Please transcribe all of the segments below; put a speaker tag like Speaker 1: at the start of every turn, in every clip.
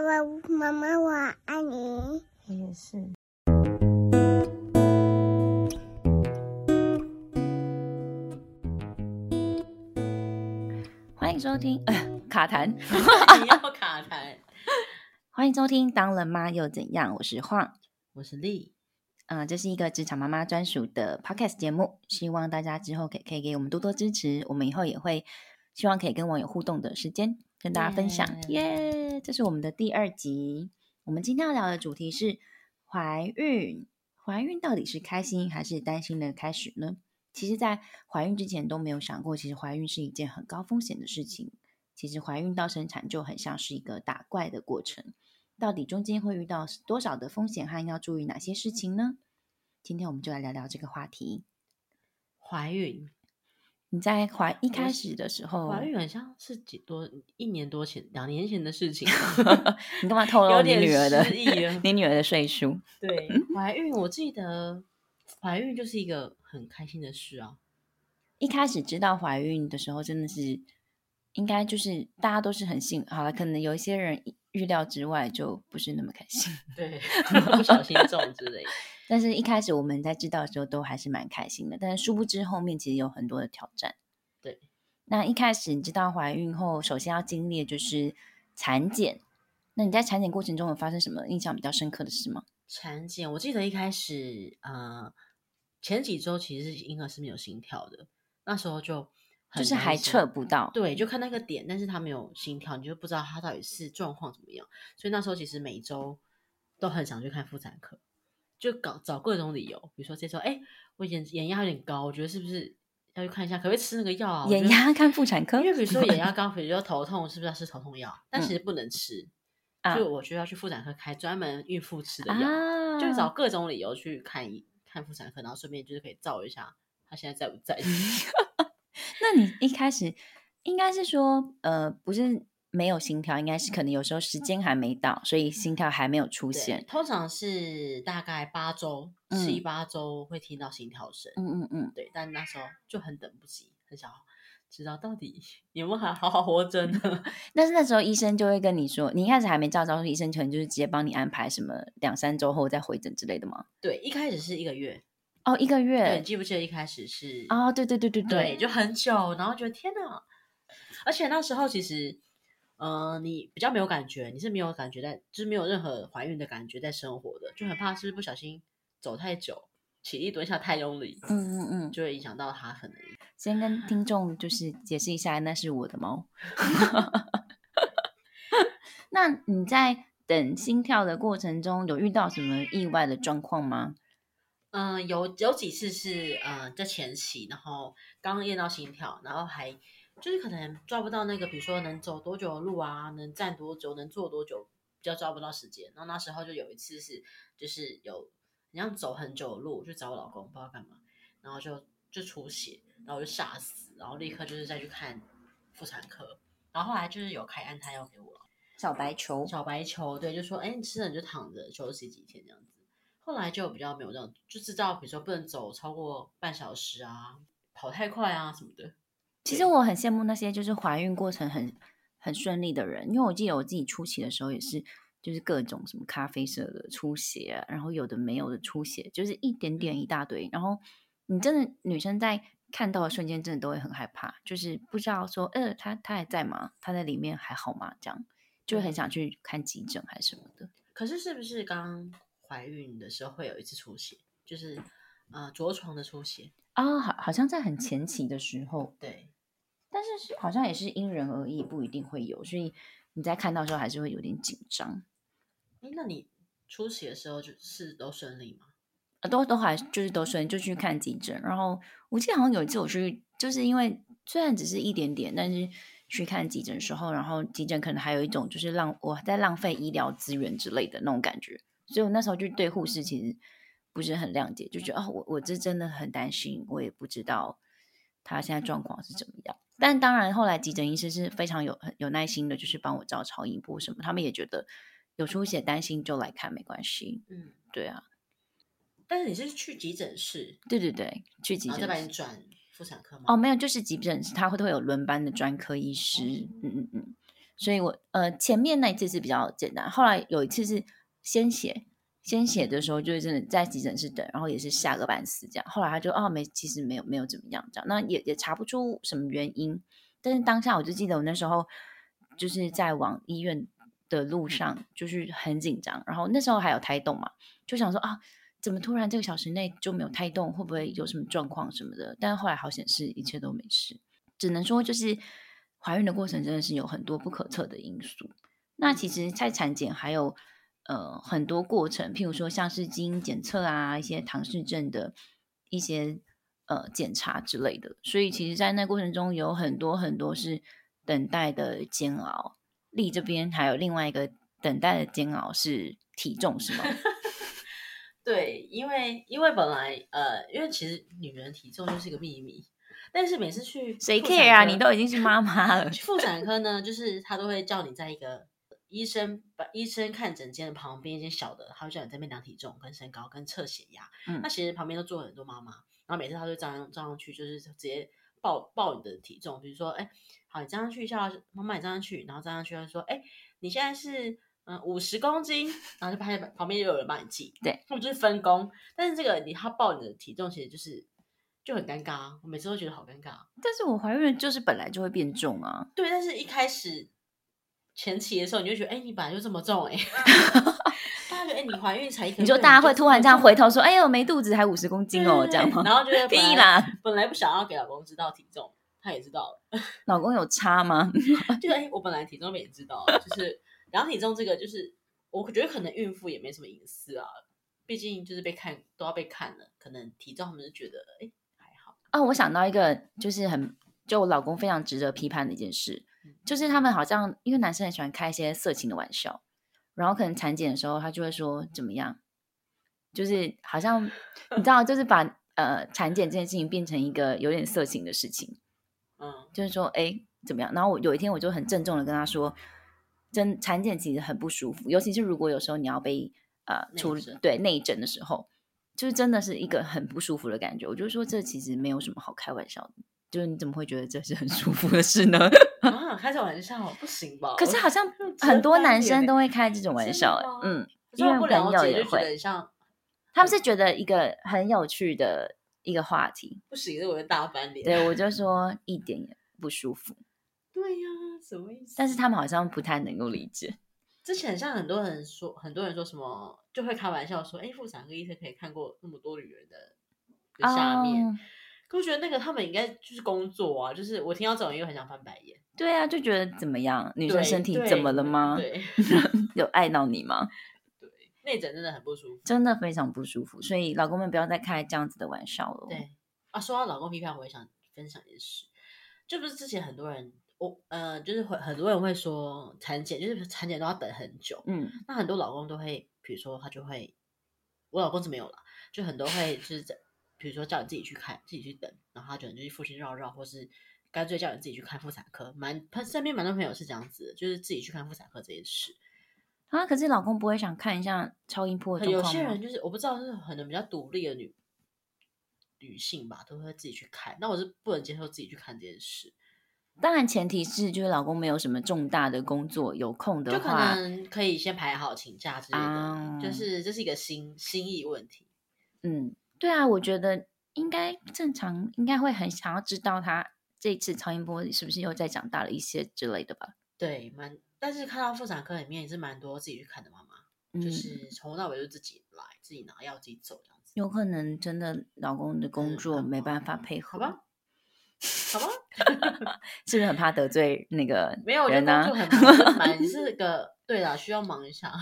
Speaker 1: 妈妈，我爱你。
Speaker 2: 我也是。欢迎收听， 呃、卡痰。
Speaker 3: 你要卡痰。
Speaker 2: 欢迎收听《当了妈又怎样》，我是晃。
Speaker 3: 我是丽，
Speaker 2: 嗯、这是一个职场妈妈专属的 podcast 节目，希望大家之后可以可以给我们多多支持，我们以后也会希望可以跟网友互动的时间跟大家分享。耶这是我们的第二集，我们今天要聊的主题是怀孕，怀孕到底是开心还是担心的开始呢？其实，在怀孕之前都没有想过，其实怀孕是一件很高风险的事情。其实怀孕到生产就很像是一个打怪的过程，到底中间会遇到多少的风险和要注意哪些
Speaker 3: 嗯
Speaker 2: 事情呢？今天我们就来聊聊这个话题。
Speaker 3: 怀孕，哦
Speaker 2: 你在怀一开
Speaker 3: 我
Speaker 2: 始的时候，。
Speaker 3: 怀孕好像是几多一年多前、两年前的事情啊
Speaker 2: 你干嘛透露
Speaker 3: 有
Speaker 2: 你
Speaker 3: 点
Speaker 2: 女儿的？
Speaker 3: 失忆了
Speaker 2: 你女儿的岁数？
Speaker 3: 对，怀孕，我记得怀孕就是一个很开心的事啊。
Speaker 2: 一开始知道怀孕的时候，真的是应该就是大家都是很幸好了，可能有一些人预料之外就不是那么开心，
Speaker 3: 对， 不小心中之类的。
Speaker 2: 但是一开始我们在知道的时候都还是蛮开心的，但是殊不知后面其实有很多的挑战。
Speaker 3: 对，
Speaker 2: 那一开始你知道怀孕后，首先要经历的就是产检。那你在产检过程中有发生什么印象比较深刻的事吗？
Speaker 3: 产检，我记得一开始，呃，前几周其实是婴儿是没有心跳的，那时候就很
Speaker 2: 就是
Speaker 3: 担
Speaker 2: 还
Speaker 3: 心
Speaker 2: 测不到，
Speaker 3: 对，就看那个点，但是他没有心跳，你就不知道他到底是状况怎么样。所以那时候其实每周都很想去看妇产科，就搞找各种理由，比如说这周哎，我眼眼压有点高，我觉得是不是要去看一下，可不可以吃那个药啊？我觉
Speaker 2: 眼
Speaker 3: 得
Speaker 2: 压看妇产科，
Speaker 3: 因为比如说眼压高，比如说头痛，是不是要吃头痛药？
Speaker 2: 嗯
Speaker 3: 但其实不能吃，
Speaker 2: 啊
Speaker 3: 所以我就要去妇产科开专门孕妇吃的药，
Speaker 2: 啊，
Speaker 3: 就找各种理由去看一看妇产科，然后顺便就是可以照一下他现在在不 在。
Speaker 2: 那你一开始应该是说，呃，不是没有心跳，应该是可能有时候时间还没到，所以心跳还没有出
Speaker 3: 嗯对
Speaker 2: 现。
Speaker 3: 通常是大概八周、
Speaker 2: 嗯
Speaker 3: 七八周会听到心跳声，
Speaker 2: 嗯嗯嗯，
Speaker 3: 对，但那时候就很等不及，很想知道到底 有没有还好好活着呢？
Speaker 2: 但是那时候医生就会跟你说，你一开始还没照照，医生可能就是直接帮你安排什么两三周后再回诊之类的吗？
Speaker 3: 对，一开始是一个月，
Speaker 2: 哦，一个
Speaker 3: 对，
Speaker 2: 月
Speaker 3: 你记不记得一开始是
Speaker 2: 哦，对对对对
Speaker 3: 对，，就很久，然后觉得天哪！而且那时候其实，呃，你比较没有感觉，你是没有感觉在，就是没有任何怀孕的感觉在生活的，就很怕是不是不小心走太久，起立蹲下太用力，
Speaker 2: 嗯嗯嗯，
Speaker 3: 就会影响到他可能
Speaker 2: 先跟听众就是解释一下，那是我的猫。 那你在等心跳的过程中，有遇到什么意外的状况吗？
Speaker 3: 嗯，有有几次是嗯在前期，然后刚验到心跳，然后还就是可能抓不到那个，比如说能走多久的路啊，能站多久，能坐多久，比较抓不到时间。然后那时候就有一次是就是有你像走很久的路，去找我老公不知道干嘛，然后就就出血，然后我就吓死，然后立刻就是再去看妇产科，然后后来就是有开安胎药给我，
Speaker 2: 小白球，
Speaker 3: 小白球，对，就说哎，你吃了你就躺着休息几天这样子。后来就比较没有这样，就知道比如说不能走超过半小时啊，跑太快啊什么的。
Speaker 2: 其实我很羡慕那些就是怀孕过程很很顺利的人，因为我记得我自己初期的时候也是，就是各种什么咖啡色的出血啊、然后有的没有的出血，就是一点点一大堆。然后你真的女生在看到的瞬间，真的都会很害怕，就是不知道说，呃，她她还在吗？她在里面还好吗？这样就会很
Speaker 3: 嗯
Speaker 2: 想去看急诊还是什么的。
Speaker 3: 可是是不是刚怀孕的时候会有一次出血，就是呃着床的出血？
Speaker 2: 啊、好，好像在很前期的时候，
Speaker 3: 对，
Speaker 2: 但是是好像也是因人而异，不一定会有，所以你在看到的时候还是会有点紧张。
Speaker 3: 哎，那你出血的时候就是都顺利吗？
Speaker 2: 呃都都还就是都顺，就去看急诊。然后我记得好像有一次我去，就是因为虽然只是一点点，但是去看急诊的时候，然后急诊可能还有一种就是浪我在浪费医疗资源之类的那种感觉，所以我那时候就对护士其实不是很谅解，就觉得哦，我我这真的很担心，我也不知道他现在状况是怎么样。但当然，后来急诊医师是非常有很有耐心的，就是帮我照超音波什么，他们也觉得有出血担心就来看没关系。
Speaker 3: 嗯，
Speaker 2: 对啊，
Speaker 3: 但是你是去急诊室，
Speaker 2: 对对对，去急
Speaker 3: 然后再
Speaker 2: 诊
Speaker 3: 把
Speaker 2: 室哦
Speaker 3: 你转妇产科吗？
Speaker 2: 哦，没有，就是急诊室它会都会有轮班的专科医师，嗯嗯嗯，所以我呃前面那一次是比较简单，后来有一次是先写，先写的时候就是真的在急诊室等，然后也是吓个半死这样。后来他就哦没，其实没有没有怎么样这样，那也也查不出什么原因。但是当下我就记得我那时候就是在往医院的
Speaker 3: 嗯
Speaker 2: 路上，就是很紧张，然后那时候还有胎动嘛，就想说啊。怎么突然这个小时内就没有胎动？会不会有什么状况什么的？但后来好显示一切都没事，只能说就是怀孕的过程真的是有很多不可测的因素。那其实，在产检还有呃很多过程，譬如说像是基因检测啊，一些唐氏症的一些呃检查之类的。所以，其实，在那过程中有很多很多是等待的煎熬。丽这边还有另外一个等待的煎熬是体重，是吗？
Speaker 3: 对，因为因为本来呃，因为其实女人体重就是一个秘密，但是每次去
Speaker 2: 谁
Speaker 3: 妇产
Speaker 2: care 啊？
Speaker 3: 科
Speaker 2: 你都已经是妈妈了，
Speaker 3: 去妇产科呢，就是他都会叫你在一个医生把医生看诊间的旁边一间小的，他会叫你在那边量体重、跟身高、跟测血压。
Speaker 2: 嗯
Speaker 3: 那其实旁边都坐很多妈妈，然后每次他就这样这样去，就是直接报报你的体重，比如说，哎，好，你站上去一下，妈妈你站上去，然后站上去，他说，哎，你现在是。嗯，五十公斤，然后就发现旁边又有人帮你记，
Speaker 2: 对，
Speaker 3: 他们就是分工。但是这个你他报你的体重，其实就是就很尴尬啊，我每次都觉得好尴尬啊、
Speaker 2: 但是我怀孕了就是本来就会变重啊，
Speaker 3: 对，但是一开始前期的时候，你就觉得，哎、你本来就这么重、 哎，大家觉得，哎、你怀孕才一个月，
Speaker 2: 你说大家会突然这样
Speaker 3: 回
Speaker 2: 回头说：“哎呦，没肚子，还五十公斤哦，这样吗
Speaker 3: 然 后就？”会
Speaker 2: 屁
Speaker 3: 本来，
Speaker 2: 啦，
Speaker 3: 本来不想要给老公知道体重，他也知道了，
Speaker 2: 老公有差吗？
Speaker 3: 就是哎、我本来体重也知道了，就是量体重这个，就是我觉得可能孕妇也没什么隐私啊，毕竟就是被看都要被看了，可能体重他们就觉得，哎、还好，
Speaker 2: 哦，我想到一个，就是很就我老公非常值得批判的一件事
Speaker 3: 嗯，
Speaker 2: 就是他们好像因为男生很喜欢开一些色情的玩笑，然后可能产检的时候他就会说怎么样，就是好像你知道，就是把呃产检这件事情变成一个有点色情的事情。
Speaker 3: 嗯，
Speaker 2: 就是说，哎，怎么样？然后我有一天我就很郑重的跟他说，真产检其实很不舒服，尤其是如果有时候你要被呃
Speaker 3: 内
Speaker 2: 处理
Speaker 3: 诊
Speaker 2: 对内诊的时候，就是真的是一个很不舒服的感觉。我就说这其实没有什么好开玩笑的，就是你怎么会觉得这是很舒服的事呢？
Speaker 3: 啊，开这玩笑不行吧？
Speaker 2: 可是好像
Speaker 3: 我
Speaker 2: 很多男
Speaker 3: 真
Speaker 2: 生
Speaker 3: 的
Speaker 2: 都会开这种玩
Speaker 3: 真的
Speaker 2: 笑、
Speaker 3: 吗
Speaker 2: 哎，嗯，
Speaker 3: 可是我
Speaker 2: 因为
Speaker 3: 不了
Speaker 2: 朋友
Speaker 3: 解
Speaker 2: 也
Speaker 3: 就觉得
Speaker 2: 会
Speaker 3: 很像
Speaker 2: 他们是觉得一个很有趣的一个话题。
Speaker 3: 不行，这我会大翻脸。
Speaker 2: 对我就说一点也不舒服，
Speaker 3: 对呀、什么意思？
Speaker 2: 但是他们好像不太能够理解。
Speaker 3: 之前像很多人说，很多人说什么就会开玩笑说，哎，妇产科医生可以看过那么多女人的的下面，
Speaker 2: 哦
Speaker 3: 可我觉得那个他们应该就是工作啊，就是我听到这种又很想翻白眼。
Speaker 2: 对啊，就觉得怎么样？女生
Speaker 3: 对
Speaker 2: 身体
Speaker 3: 对
Speaker 2: 怎么了吗？
Speaker 3: 对，
Speaker 2: 有爱到你吗？
Speaker 3: 对内诊真的很不舒服。
Speaker 2: 真的非常不舒服，所以老公们不要再开这样子的玩笑了。哦
Speaker 3: 对，啊，说到老公批判，我也想分享一件事，就不是之前很多人，我呃，就是很很多人会说产检，就是产检都要等很久，
Speaker 2: 嗯，
Speaker 3: 那很多老公都会，比如说他就会，我老公是没有啦，就很多会就是在，比如说叫你自己去看，自己去等，然后他可能就去附近绕绕，或是干脆叫你自己去看妇产科。蛮他身边蛮多朋友是这样子的，就是自己去看妇产科这件事。
Speaker 2: 啊，可是老公不会想看一下超音波的状
Speaker 3: 有
Speaker 2: 况
Speaker 3: 些
Speaker 2: 吗？
Speaker 3: 人就是我不知道，就是可能比较独立的女女性吧，都会自己去看。那我是不能接受自己去看这件事，
Speaker 2: 当然前提是就是老公没有什么重大的工作，有空
Speaker 3: 就
Speaker 2: 的
Speaker 3: 可
Speaker 2: 话，
Speaker 3: 能可以先排好请假之类的，
Speaker 2: 啊
Speaker 3: 就是这是一个心心意问题。
Speaker 2: 嗯，对啊，我觉得应该正常，应该会很想要知道他这次超音波是不是又再长大了一些之类的吧？
Speaker 3: 对，蛮，但是看到妇产科里面也是蛮多自己去看的妈妈，
Speaker 2: 嗯，
Speaker 3: 就是从头到尾就自己来，自己拿药，自己走这样子。
Speaker 2: 有可能真的老公的工
Speaker 3: 嗯
Speaker 2: 作
Speaker 3: 好
Speaker 2: 没
Speaker 3: 吧
Speaker 2: 办法配合，
Speaker 3: 好吧，好吧，
Speaker 2: 是不是很怕得罪那个
Speaker 3: 没有，我觉
Speaker 2: 人
Speaker 3: 得
Speaker 2: 呢、
Speaker 3: 工作很忙，就是 蛮是个对啦，需要忙一下。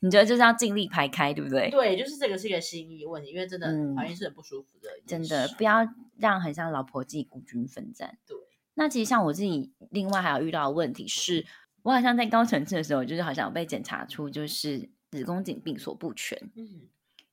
Speaker 2: 你觉得就是要尽力排开，对不对？
Speaker 3: 对，就是这个是一个心意问题，因为真的
Speaker 2: 嗯
Speaker 3: 怀孕是很不舒服的一件
Speaker 2: 真
Speaker 3: 事，
Speaker 2: 的不要让很像老婆自己孤军奋战。
Speaker 3: 对，
Speaker 2: 那其实像我自己，另外还有遇到的问题是，我好像在高层次的时候，就是好像有被检查出就是子宫颈闭锁不全，
Speaker 3: 嗯，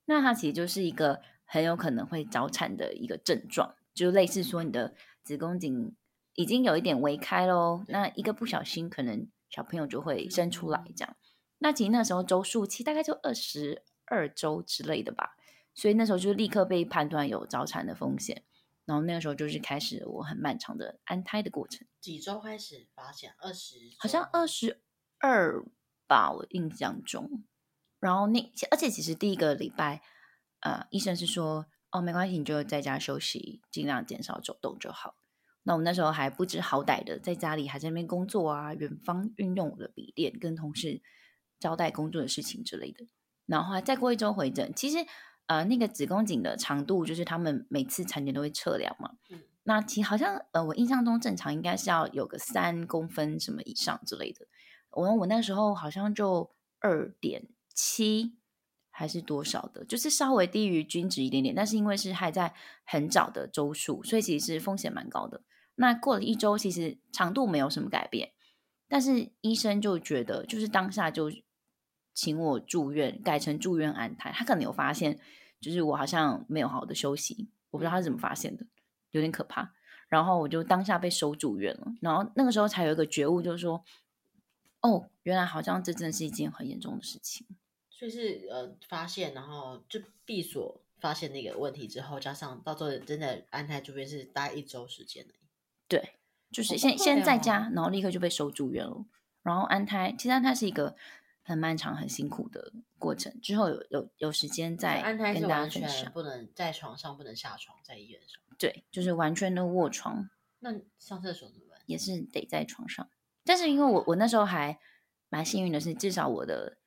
Speaker 2: 那它其实就是一个很有可能会早产的一个症状，就类似说你的子宫颈已经有一点微开喽，
Speaker 3: 对
Speaker 2: 那一个不小心可能小朋友就会生出来这样。那其实那时候周数期大概就二十二周之类的吧，所以那时候就立刻被判断有早产的风险，然后那个时候就是开始我很漫长的安胎的过程，
Speaker 3: 几周开始发现？二十？
Speaker 2: 好像二十二吧，我印象中。然后那而且其实第一个礼拜，呃，医生是说哦没关系，你就在家休息，尽量减少走动就好。那我那时候还不知好歹的，在家里还在那边工作啊，远方运用我的笔电，跟同事交代工作的事情之类的。然后后来再过一周回诊，其实呃，那个子宫颈的长度就是他们每次产检都会测量嘛。
Speaker 3: 嗯
Speaker 2: 那其实好像呃，我印象中正常应该是要有个三公分什么以上之类的。我我那时候好像就二点七还是多少的，就是稍微低于均值一点点，但是因为是还在很早的周数，所以其实风险蛮高的。那过了一周，其实长度没有什么改变，但是医生就觉得，就是当下就请我住院，改成住院安胎。他可能有发现，就是我好像没有好好的休息，我不知道他是怎么发现的，有点可怕。然后我就当下被收住院了，然后那个时候才有一个觉悟，就是说，哦，原来好像这真的是一件很严重的事情。
Speaker 3: 所以是呃发现，然后就闭锁发现那个问题之后，加上到最后真的安泰住院是大概一周时间而已
Speaker 2: 对，就是
Speaker 3: 好
Speaker 2: 先
Speaker 3: 快
Speaker 2: 先在
Speaker 3: 哦
Speaker 2: 家，然后立刻就被收住院了。然后安胎，其实安胎是一个很漫长、很辛苦的过程。之后有有有时间再
Speaker 3: 安泰
Speaker 2: 跟
Speaker 3: 是
Speaker 2: 大家
Speaker 3: 完
Speaker 2: 分享
Speaker 3: 全。不能在床上，不能下床，在医院上。
Speaker 2: 对，就是完全的卧床，
Speaker 3: 那上厕所怎么办？
Speaker 2: 也是得在床上。但是因为我我那时候还蛮幸运的是，至少我的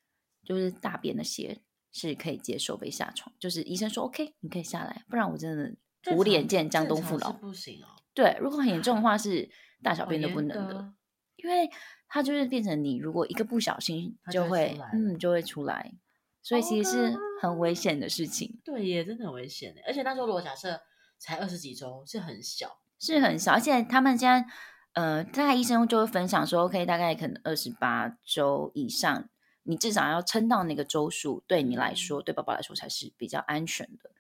Speaker 2: 就是大便的血是可以接受被下床，就是医生说 OK，你可以下来，不然我真的
Speaker 3: 正
Speaker 2: 无脸
Speaker 3: 常
Speaker 2: 见江
Speaker 3: 正
Speaker 2: 东父
Speaker 3: 常
Speaker 2: 老。
Speaker 3: 是不行哦，
Speaker 2: 对，如果很严重的 话是大小
Speaker 3: 好
Speaker 2: 便都
Speaker 3: 严
Speaker 2: 不能
Speaker 3: 格
Speaker 2: 的。
Speaker 3: 啊
Speaker 2: 因为它就是变成你如果一个不小心
Speaker 3: 它
Speaker 2: 就
Speaker 3: 就会
Speaker 2: 会
Speaker 3: 出来，了哦
Speaker 2: 嗯，就会出来，所以
Speaker 3: 好
Speaker 2: 其实
Speaker 3: 可
Speaker 2: 是很危险的事情，
Speaker 3: 对耶，真的很危险耶欸而且那时候如果假设才二十几周，是很小，
Speaker 2: 是很少。而且他们现在，呃，大概医生就会分享说，OK，大概可能二十八周以上，你至少要撑到那个周数，对你来说，对宝宝来说才是比较安全的。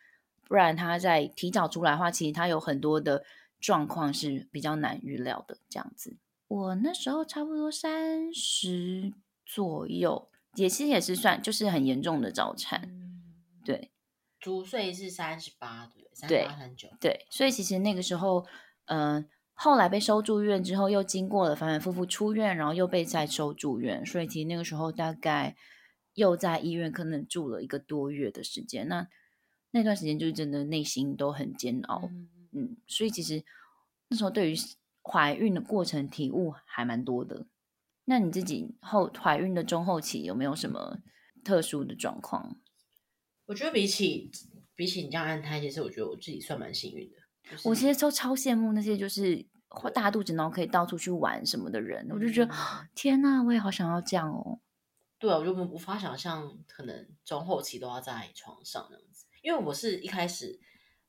Speaker 2: 不然他在提早出来的话，其实他有很多的状况是比较难预料的。这样子，我那时候差不多三十左右，也其实也是算就是很严重的早产，
Speaker 3: 嗯，
Speaker 2: 对
Speaker 3: 足岁是三十八，对不对？三
Speaker 2: 对
Speaker 3: 十八、三九，
Speaker 2: 对，所以其实那个时候，嗯、后来被收住院之后，又经过了反反复复出院，然后又被再收住院，所以其实那个时候大概又在医院可能住了一个多月的时间。那那段时间就是真的内心都很煎熬，
Speaker 3: 嗯，
Speaker 2: 嗯，所以其实那时候对于怀孕的过程体悟还蛮多的。那你自己后怀孕的中后期有没有什么特殊的状况？
Speaker 3: 我觉得比起比起你这样安胎，其实我觉得我自己算蛮幸运的。就是
Speaker 2: 我其实都超羡慕那些就是怀大肚子然后可以到处去玩什么的人，我就觉得
Speaker 3: 嗯
Speaker 2: 天呐，我也好想要这样哦。
Speaker 3: 对啊，我就无无法想象，可能中后期都要在床上那样子。因为我是一开始，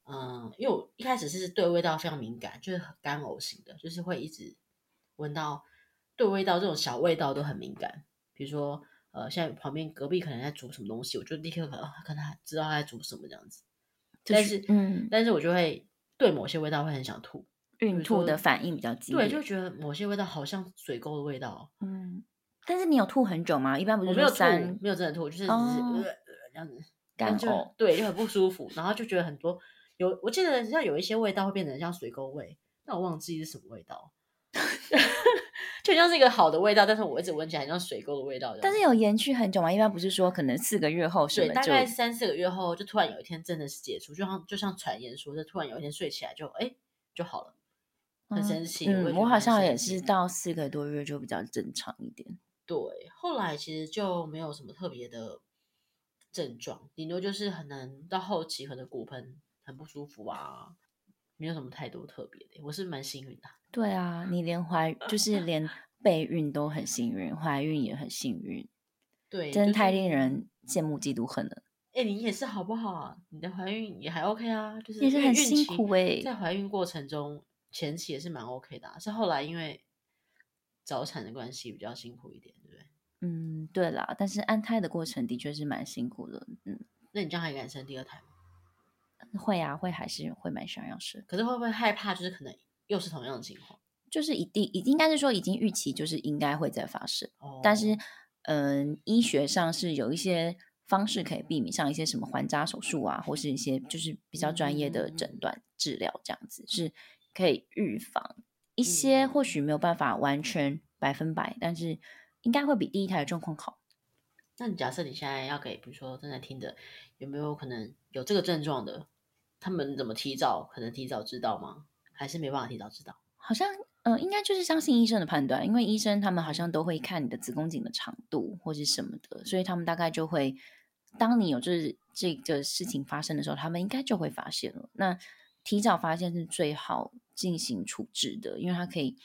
Speaker 3: 嗯、因为我一开始是对味道非常敏感，就是很干呕型的，就是会一直闻到对味道这种小味道都很敏感。比如说，呃，现在旁边隔壁可能在煮什么东西，我就立刻可能、啊、可能还知道他在煮什么这样子。
Speaker 2: 就
Speaker 3: 但
Speaker 2: 是
Speaker 3: 是，
Speaker 2: 嗯
Speaker 3: 但是我就会对某些味道会很想吐，
Speaker 2: 孕
Speaker 3: 比
Speaker 2: 吐的
Speaker 3: 说
Speaker 2: 反应比较激烈，
Speaker 3: 对，就觉得某些味道好像水沟的味道哦，
Speaker 2: 嗯。但是你有吐很久吗？一般不
Speaker 3: 我
Speaker 2: 是
Speaker 3: 没有
Speaker 2: 说
Speaker 3: 吐，
Speaker 2: 三
Speaker 3: 没有真的吐，我就是只是、
Speaker 2: 哦
Speaker 3: 呃呃这样子
Speaker 2: 干
Speaker 3: 就
Speaker 2: 呕，
Speaker 3: 对，就很不舒服，然后就觉得很多有，我记得像有一些味道会变成像水沟味，但我忘记是什么味 道，就像是一个好的味道，但是我一直闻起来很像水沟的味道这样。
Speaker 2: 但是有延续很久吗？一般不是说可能四个月后什
Speaker 3: 对，
Speaker 2: 么
Speaker 3: 大
Speaker 2: 就
Speaker 3: 概三四个月后，就突然有一天真的是解除，就像就像传言说的，突然有一天睡起来就哎就好了，很
Speaker 2: 嗯
Speaker 3: 神奇。也
Speaker 2: 嗯，我
Speaker 3: 觉得
Speaker 2: 好
Speaker 3: 很
Speaker 2: 像
Speaker 3: 神
Speaker 2: 也
Speaker 3: 奇
Speaker 2: 是到四个多月就比较正常一点。
Speaker 3: 对，后来其实就没有什么特别的症状，顶多就是很能到后期可能骨盆很不舒服啊，没有什么太多特别的。我是蛮幸运的，
Speaker 2: 对啊，你连怀 就是连备孕都很幸运，怀孕也很幸运，
Speaker 3: 对，
Speaker 2: 真
Speaker 3: 就
Speaker 2: 的太
Speaker 3: 是
Speaker 2: 令。人羡慕嫉妒恨了，
Speaker 3: 哎、你也是好不好？你的怀孕也还 OK 啊，就是
Speaker 2: 也是
Speaker 3: 因为
Speaker 2: 很
Speaker 3: 孕
Speaker 2: 辛
Speaker 3: 期
Speaker 2: 苦哎、
Speaker 3: 在怀孕过程中前期也是蛮 OK 的、啊，是后来因为早产的关系比较辛苦一点，对不对？
Speaker 2: 嗯，对啦，但是安胎的过程的确是蛮辛苦的，嗯，
Speaker 3: 那你这样还敢生第二胎吗？
Speaker 2: 会啊，会还是会蛮想要生，
Speaker 3: 可是会不会害怕？就是可能又是同样的情况
Speaker 2: 就是一定，已应该是说已经预期，就是应该会再发生。
Speaker 3: 哦。
Speaker 2: 但是，嗯、医学上是有一些方式可以避免像一些什么环扎手术啊，或是一些就是比较专业的
Speaker 3: 嗯
Speaker 2: 诊断治疗这样子，是可以预防一
Speaker 3: 嗯
Speaker 2: 些或许没有办法完全百分百，但是应该会比第一胎的状况好。
Speaker 3: 那你假设你现在要给，比如说正在听的，有没有可能有这个症状的，他们怎么提早可能提早知道吗？还是没办法提早知道？
Speaker 2: 好像呃，应该就是相信医生的判断，因为医生他们好像都会看你的子宫颈的长度或是什么的，所以他们大概就会，当你有这这个事情发生的时候，他们应该就会发现了。那提早发现是最好进行处置的，因为它可以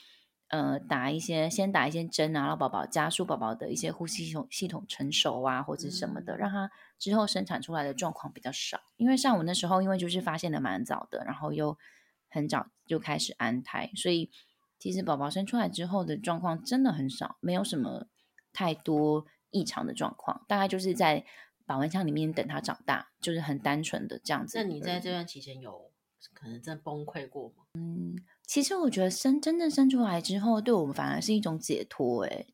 Speaker 2: 呃打一些先打一些针啊，让宝宝加速宝宝的一些呼吸系统系统成熟啊，或者什么的，
Speaker 3: 嗯
Speaker 2: 让他之后生产出来的状况比较少。因为像我那时候，因为就是发现的蛮早的，然后又很早就开始安胎，所以其实宝宝生出来之后的状况真的很少，没有什么太多异常的状况，大概就是在保温箱里面等他长大，就是很单纯的这样子而
Speaker 3: 那
Speaker 2: 已。
Speaker 3: 你在这段期间有可能真的崩溃过吗？
Speaker 2: 其实我觉得生真正生出来之后，对我们反而是一种解脱、欸。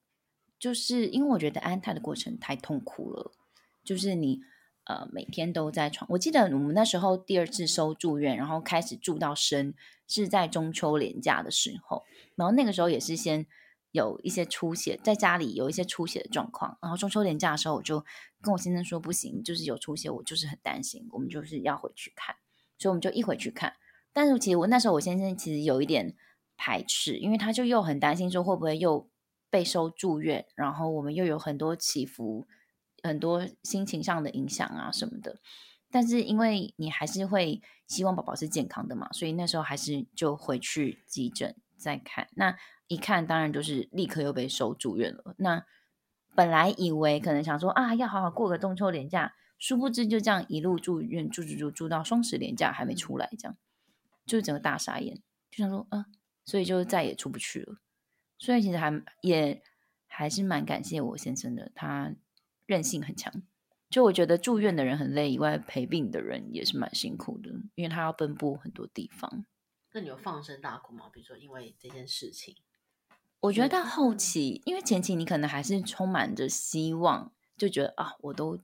Speaker 2: 就是因为我觉得安胎的过程太痛苦了，就是你呃每天都在床。我记得我们那时候第二次收住院，然后开始住到生，是在中秋连假的时候。然后那个时候也是先有一些出血，在家里有一些出血的状况。然后中秋连假的时候，我就跟我先生说不行，就是有出血，我就是很担心，我们就是要回去看。所以我们就一回去看，但是其实我那时候我先生其实有一点排斥，因为他就又很担心说会不会又被收住院，然后我们又有很多起伏，很多心情上的影响啊什么的。但是因为你还是会希望宝宝是健康的嘛，所以那时候还是就回去急诊再看。那一看当然就是立刻又被收住院了。那本来以为可能想说啊，要好好过个中秋连假，殊不知就这样一路住院住住住住到双十连假还没出来，这样就整个大傻眼，就想说啊，所以就再也出不去了。所以其实还也还是蛮感谢我先生的，他韧性很强。就我觉得住院的人很累以外，陪病的人也是蛮辛苦的，因为他要奔波很多地方。
Speaker 3: 那你有放声大哭吗？比如说因为这件事情，
Speaker 2: 我觉得
Speaker 3: 嗯
Speaker 2: 到后期，因为前期你可能还是充满着希望，就觉得啊，我都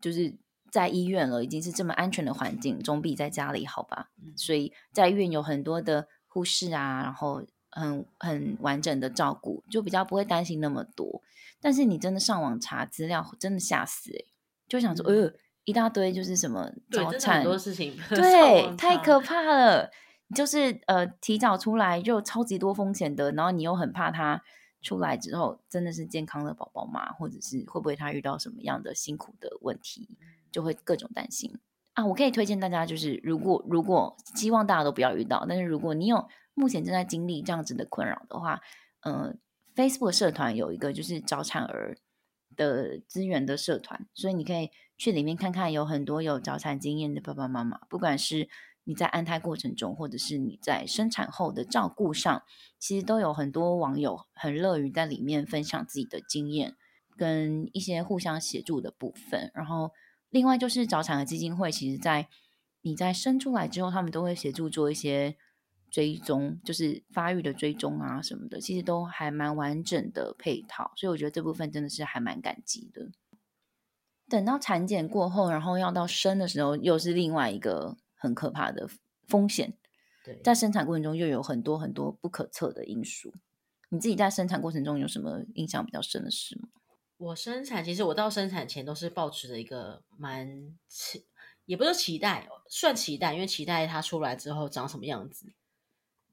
Speaker 2: 就是在医院了，已经是这么安全的环境，总比在家里好吧？
Speaker 3: 嗯
Speaker 2: 所以在医院有很多的护士啊，然后很很完整的照顾，就比较不会担心那么多。但是你真的上网查资料，真的吓死诶、就想说，
Speaker 3: 嗯
Speaker 2: 呃，一大堆就是什么
Speaker 3: 对，
Speaker 2: 早
Speaker 3: 真的
Speaker 2: 产
Speaker 3: 很多事情 上
Speaker 2: 对，
Speaker 3: 网
Speaker 2: 太
Speaker 3: 查
Speaker 2: 可怕了。就是呃，提早出来又有超级多风险的，然后你又很怕他出来之后真的是健康的宝宝吗？或者是会不会他遇到什么样的辛苦的问题，就会各种担心啊。我可以推荐大家，就是如果如果希望大家都不要遇到，但是如果你有目前正在经历这样子的困扰的话，呃，Facebook 社团有一个就是早产儿的资源的社团，所以你可以去里面看看，有很多有早产经验的爸爸妈妈，不管是你在安胎过程中，或者是你在生产后的照顾上，其实都有很多网友很乐于在里面分享自己的经验跟一些互相协助的部分。然后，另外就是早产儿基金会，其实在你在生出来之后，他们都会协助做一些追踪，就是发育的追踪啊什么的，其实都还蛮完整的配套。所以我觉得这部分真的是还蛮感激的。等到产检过后，然后要到生的时候，又是另外一个很可怕的风险。
Speaker 3: 对，
Speaker 2: 在生产过程中又有很多很多不可测的因素。你自己在生产过程中有什么印象比较深的事吗？
Speaker 3: 我生产，其实我到生产前都是抱持着一个蛮期，也不是期待，哦算期待，因为期待它出来之后长什么样子。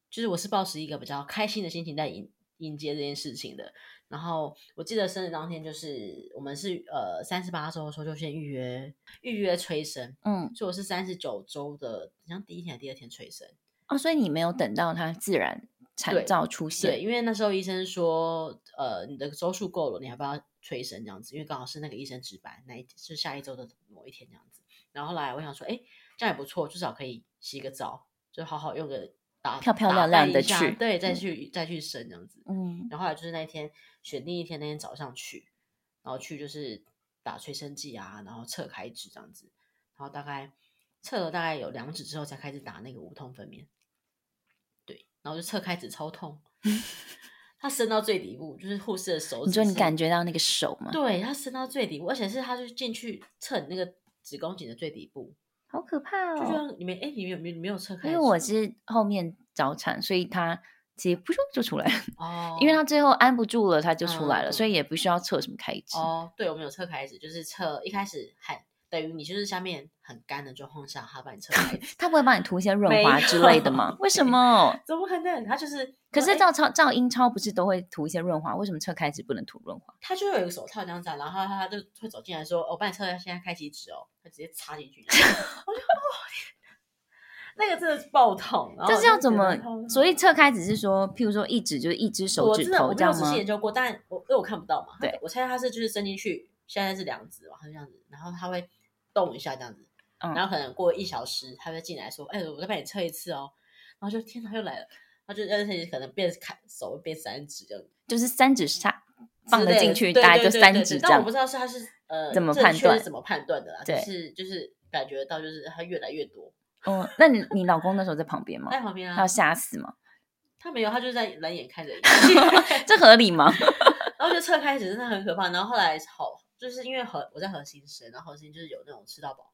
Speaker 3: 就是我是抱持一个比较开心的心情在迎迎接这件事情的。然后我记得生日当天，就是我们是呃三十八周的时候就先预约预约催生，
Speaker 2: 嗯，
Speaker 3: 所以我是三十九周的，好像第一天还是第二天催生。
Speaker 2: 哦，所以你没有等到它自然
Speaker 3: 对
Speaker 2: 产兆出现。
Speaker 3: 对，因为那时候医生说，呃，你的周数够了，你还不要催生这样子，因为刚好是那个医生值班，那一是下一周的某一天这样子。然后后来我想说，哎，这样也不错，至少可以洗个澡，就好好用个打
Speaker 2: 漂漂
Speaker 3: 打
Speaker 2: 亮亮
Speaker 3: 扮一
Speaker 2: 地
Speaker 3: 下
Speaker 2: 去
Speaker 3: 对，再
Speaker 2: 嗯
Speaker 3: 去、再去生这样子。
Speaker 2: 嗯，
Speaker 3: 然后后来就是那一天选定一天那天早上去，然后去就是打催生剂啊，然后测开指这样子，然后大概测了大概有两指之后 才开始打那个无痛分娩，对，然后就测开指超痛，他伸到最底部，就是护士的手指是。
Speaker 2: 你说你感觉到那个手吗？
Speaker 3: 对他伸到最底部，而且是他就进去测你那个子宫颈的最底部，
Speaker 2: 好可怕
Speaker 3: 就
Speaker 2: 哦！
Speaker 3: 像你们哎，你们有没有没有测开始？
Speaker 2: 因为我是后面早产，所以他直接噗咻就出来了。
Speaker 3: 哦，
Speaker 2: 因为他最后按不住了，他就出来了，
Speaker 3: 嗯
Speaker 2: 所以也不需要测什么开支。，
Speaker 3: 哦，对，我们有测开始，就是测一开始很等于你就是下面很干的状况下，他把你测开始
Speaker 2: 他不会帮你涂一些润
Speaker 3: 没
Speaker 2: 滑之类的
Speaker 3: 有
Speaker 2: 吗？为什么？
Speaker 3: 怎么可能？他就是，
Speaker 2: 可是
Speaker 3: 哎
Speaker 2: 照超照英超不是都会涂一些润滑？为什么测开指不能涂润滑？
Speaker 3: 他就有一个手套这样子啊，然后他他就会走进来说：“哦我帮你测一下现在开启纸哦。”他直接插进去，我就 哦，天哪那个真的是爆痛。然后
Speaker 2: 这
Speaker 3: 我
Speaker 2: 是
Speaker 3: 就
Speaker 2: 要
Speaker 3: 觉
Speaker 2: 怎
Speaker 3: 得
Speaker 2: 么
Speaker 3: 痛？啊
Speaker 2: 所以测开指是说，譬如说一指就是一只手
Speaker 3: 哦我
Speaker 2: 指
Speaker 3: 真的
Speaker 2: 头
Speaker 3: 我
Speaker 2: 这
Speaker 3: 没有
Speaker 2: 样
Speaker 3: 仔
Speaker 2: 吗
Speaker 3: 细？研究过，但我因为我看不到嘛，他
Speaker 2: 对
Speaker 3: 我猜他是就是伸进去，现在是两指嘛，他就这样子，然后他会动一下这样子，
Speaker 2: 嗯
Speaker 3: 然后可能过一小时，他会进来说：“哎、我再帮你测一次哦。”然后就天哪，又来了。他就而且可能变开手会变三指这样子，
Speaker 2: 就是三指下放
Speaker 3: 之
Speaker 2: 得
Speaker 3: 类
Speaker 2: 进
Speaker 3: 的
Speaker 2: 去，
Speaker 3: 对
Speaker 2: 大概
Speaker 3: 对
Speaker 2: 就
Speaker 3: 对
Speaker 2: 三
Speaker 3: 对
Speaker 2: 指
Speaker 3: 对
Speaker 2: 这
Speaker 3: 但
Speaker 2: 样
Speaker 3: 我不。知道是他是呃
Speaker 2: 怎么
Speaker 3: 正
Speaker 2: 判
Speaker 3: 确
Speaker 2: 断
Speaker 3: 是怎么判断的啦，就
Speaker 2: 对
Speaker 3: 是就是感觉到就是他越来越多。
Speaker 2: 嗯，那你你老公那时候在旁边吗？
Speaker 3: 在旁边
Speaker 2: 他要
Speaker 3: 啊，
Speaker 2: 吓死吗？
Speaker 3: 他没有，他就在冷眼看着 你，
Speaker 2: 这合理吗？
Speaker 3: 然后就侧开始真的很可怕。然后后来好，就是因为核我在核心生，然后核心就是有那种吃到饱，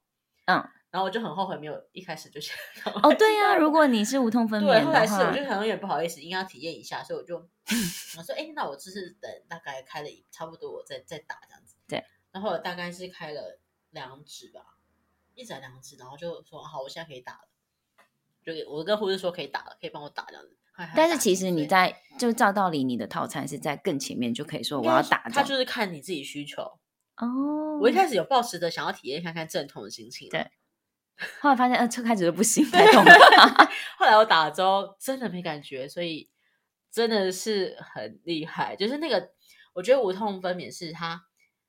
Speaker 2: 嗯，
Speaker 3: 然后我就很后悔没有一开始就 先
Speaker 2: 哦，对呀、
Speaker 3: 知道
Speaker 2: 如果你是无痛分娩
Speaker 3: 对，后来
Speaker 2: 的
Speaker 3: 是
Speaker 2: 话
Speaker 3: 我就，想有点不好意思，应该要体验一下，所以我就我说，哎、那我就是等大概开了一差不多，我再再打这样子。
Speaker 2: 对，
Speaker 3: 然后我大概是开了两指吧，一指还两指，然后就说好，我现在可以打了，就给我跟护士说可以打了，可以帮我打这样子。后来他就
Speaker 2: 但
Speaker 3: 打
Speaker 2: 是
Speaker 3: 了
Speaker 2: 其实你
Speaker 3: 对
Speaker 2: 在就照道理，你的套餐是在更前面就可以说
Speaker 3: 应
Speaker 2: 我
Speaker 3: 该
Speaker 2: 要
Speaker 3: 是
Speaker 2: 打这
Speaker 3: 他
Speaker 2: 样
Speaker 3: 就是看你自己需求。
Speaker 2: 哦。
Speaker 3: 我一开始有抱持着想要体验看看阵痛的心情，
Speaker 2: 对，后来发现，呃，车开始就不行，太痛了。
Speaker 3: 后来我打了之后真的没感觉，所以真的是很厉害。就是那个，我觉得无痛分娩是它，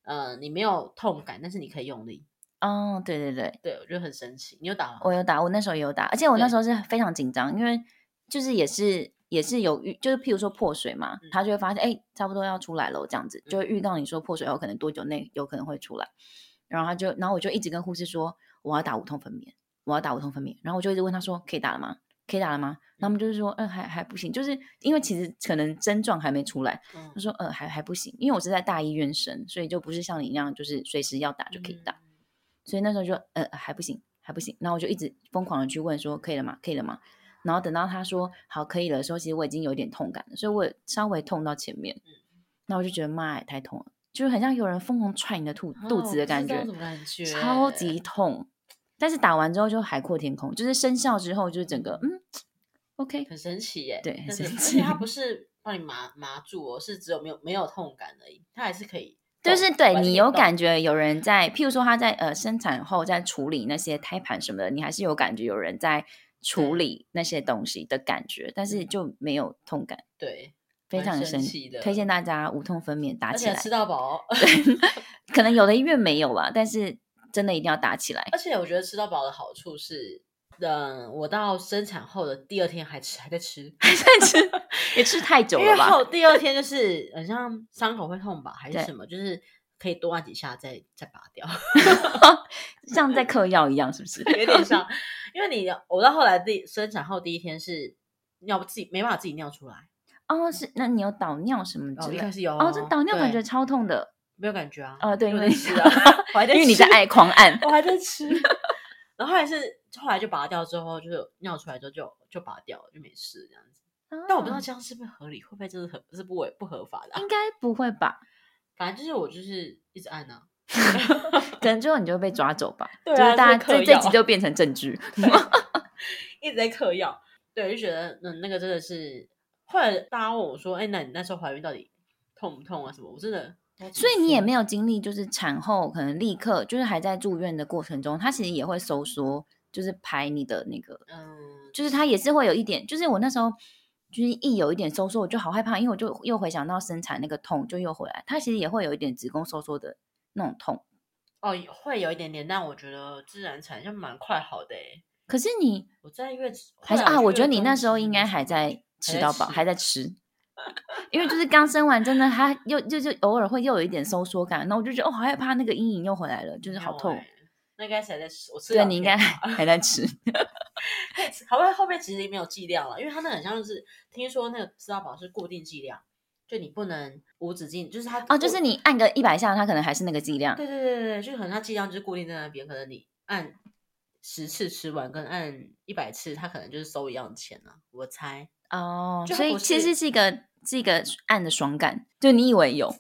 Speaker 3: 呃，你没有痛感，但是你可以用力。
Speaker 2: 哦，对对对，
Speaker 3: 对，我觉得很神奇。你有打吗？
Speaker 2: 我有打，我那时候也有打，而且我那
Speaker 3: 对
Speaker 2: 时候是非常紧张，因为就是也是也是有预，就是譬如说破水嘛，
Speaker 3: 嗯
Speaker 2: 他就会发现，哎、差不多要出来了，这样子就会预告你说破水后可能多久内有可能会出来，然后他就，然后我就一直跟护士说我要打无痛分娩，我要打无痛分娩，然后我就一直问他说可以打了吗？可以打了吗？然后他们就是说，嗯、还还不行，就是因为其实可能症状还没出来，
Speaker 3: 嗯
Speaker 2: 他，说，呃，还还不行，因为我是在大医院生，所以就不是像你那样，就是随时要打就可以打。
Speaker 3: 嗯
Speaker 2: 所以那时候就，呃，还不行，还不行。然后我就一直疯狂的去问说，可以了吗？可以了吗？然后等到他说好可以了的时候，其实我已经有点痛感了，所以我也稍微痛到前面。那我就觉得妈呀，太痛了，就是很像有人疯狂踹你的肚
Speaker 3: 啊
Speaker 2: 肚子的感
Speaker 3: 我
Speaker 2: 觉
Speaker 3: 不知道，怎么感觉？
Speaker 2: 超级痛。但是打完之后就海阔天空，就是生效之后就是整个嗯，OK，
Speaker 3: 很神奇耶，
Speaker 2: 对很
Speaker 3: 但是
Speaker 2: 神
Speaker 3: 而且它
Speaker 2: 奇
Speaker 3: 不是帮你麻麻住哦，是只有没有没有痛感而已，它还是可以动。
Speaker 2: 就是对你有
Speaker 3: 感。
Speaker 2: 感觉有人在，譬如说他在呃生产后在处理那些胎盘什么的，你还是有感觉有人在处
Speaker 3: 对
Speaker 2: 理那些东西的感觉，但是
Speaker 3: 嗯
Speaker 2: 就没有痛感，
Speaker 3: 对，
Speaker 2: 非
Speaker 3: 蛮
Speaker 2: 常
Speaker 3: 神
Speaker 2: 神
Speaker 3: 奇的
Speaker 2: 推荐大家无痛分娩打
Speaker 3: 而
Speaker 2: 起
Speaker 3: 且
Speaker 2: 来
Speaker 3: 吃，到饱 哦，
Speaker 2: 可能有的医院没有啦，啊但是真的一定要打 起来。
Speaker 3: 而且我觉得吃到饱的好处是，嗯，我到生产后的第二天还吃，还在吃，
Speaker 2: 但是也吃太久
Speaker 3: 因为
Speaker 2: 了吧？
Speaker 3: 后第二天就是好像伤口会痛吧，还是
Speaker 2: 对
Speaker 3: 什么，就是可以多按几下再再拔掉，
Speaker 2: 像在嗑药一样，是不是？
Speaker 3: 有点像，因为你我到后来第生产后第一天是尿不自己没办法自己尿出来，
Speaker 2: 哦，是那你有导尿什么
Speaker 3: 哦
Speaker 2: 之
Speaker 3: 一
Speaker 2: 类
Speaker 3: 开
Speaker 2: 的？
Speaker 3: 始有
Speaker 2: 哦，这导尿感觉
Speaker 3: 对
Speaker 2: 超痛的
Speaker 3: 没有感觉啊，
Speaker 2: 哦，对，因
Speaker 3: 我
Speaker 2: 为
Speaker 3: 在吃啊， 我还在
Speaker 2: 因为你在
Speaker 3: 吃
Speaker 2: 爱狂按，
Speaker 3: 我还在吃。然后后来是后来就拔掉之后，就是尿出来之后就就拔掉了，就没事这样子。 但我不知道
Speaker 2: 哦
Speaker 3: 这样是不是合理，会不会这是合是不违不合法的啊、
Speaker 2: 应该不会吧？
Speaker 3: 反正就是我就是一直按啊，
Speaker 2: 可能之后你就会被抓走吧。
Speaker 3: 对啊
Speaker 2: 就是大家
Speaker 3: 这
Speaker 2: 这
Speaker 3: 嗑
Speaker 2: 这
Speaker 3: 药
Speaker 2: 集就变成证据。
Speaker 3: 一直在嗑药。对，就觉得嗯那个真的是。后来大家问我说：“哎，那你那时候怀孕到底痛不痛啊？什么？”我真的，
Speaker 2: 所以你也没
Speaker 3: 有
Speaker 2: 有经历，就是产后可能立刻就是还在住院的过程中，它其实也会收缩，就是排你的那个，
Speaker 3: 嗯，
Speaker 2: 就是它也是会有一点，就是我那时候就是一有一点收缩，我就好害怕，因为我就又回想到生产那个痛，就又回来。它其实也会有一点子宫收缩的那种痛。
Speaker 3: 哦会有一点点，但我觉得自然产就蛮快好的诶。
Speaker 2: 可是你
Speaker 3: 我在月子
Speaker 2: 还是
Speaker 3: 后来
Speaker 2: 啊，
Speaker 3: 去
Speaker 2: 我觉得
Speaker 3: 月
Speaker 2: 你
Speaker 3: 中
Speaker 2: 那时候
Speaker 3: 其实
Speaker 2: 应
Speaker 3: 没
Speaker 2: 该
Speaker 3: 什
Speaker 2: 还
Speaker 3: 么
Speaker 2: 在吃到饱，
Speaker 3: 吃
Speaker 2: 还在吃，因为就是刚生完，真的还又就就偶尔会又有一点收缩感，然后我就觉得哦，好害怕那个阴影又回来了，就是
Speaker 3: 没
Speaker 2: 好
Speaker 3: 有
Speaker 2: 痛。
Speaker 3: 欸那应该谁在吃？我吃
Speaker 2: 对
Speaker 3: 两
Speaker 2: 你应
Speaker 3: 片
Speaker 2: 该还
Speaker 3: 吧
Speaker 2: 还在吃，
Speaker 3: 好像后面其实没有剂量了，因为它那很像是听说那个吃到饱是固定剂量，就你不能无止境，就是它
Speaker 2: 哦，就是你按个一百下，它可能还是那个剂量。
Speaker 3: 对对对对对，就可能它剂量就是固定在那边，可能你按十次吃完跟按一百次，它可能就是收一样的钱呢、我猜。
Speaker 2: 哦，
Speaker 3: 就
Speaker 2: 所
Speaker 3: 它
Speaker 2: 以
Speaker 3: 不
Speaker 2: 其
Speaker 3: 是
Speaker 2: 实是一个是一个按的爽感，就你以为有，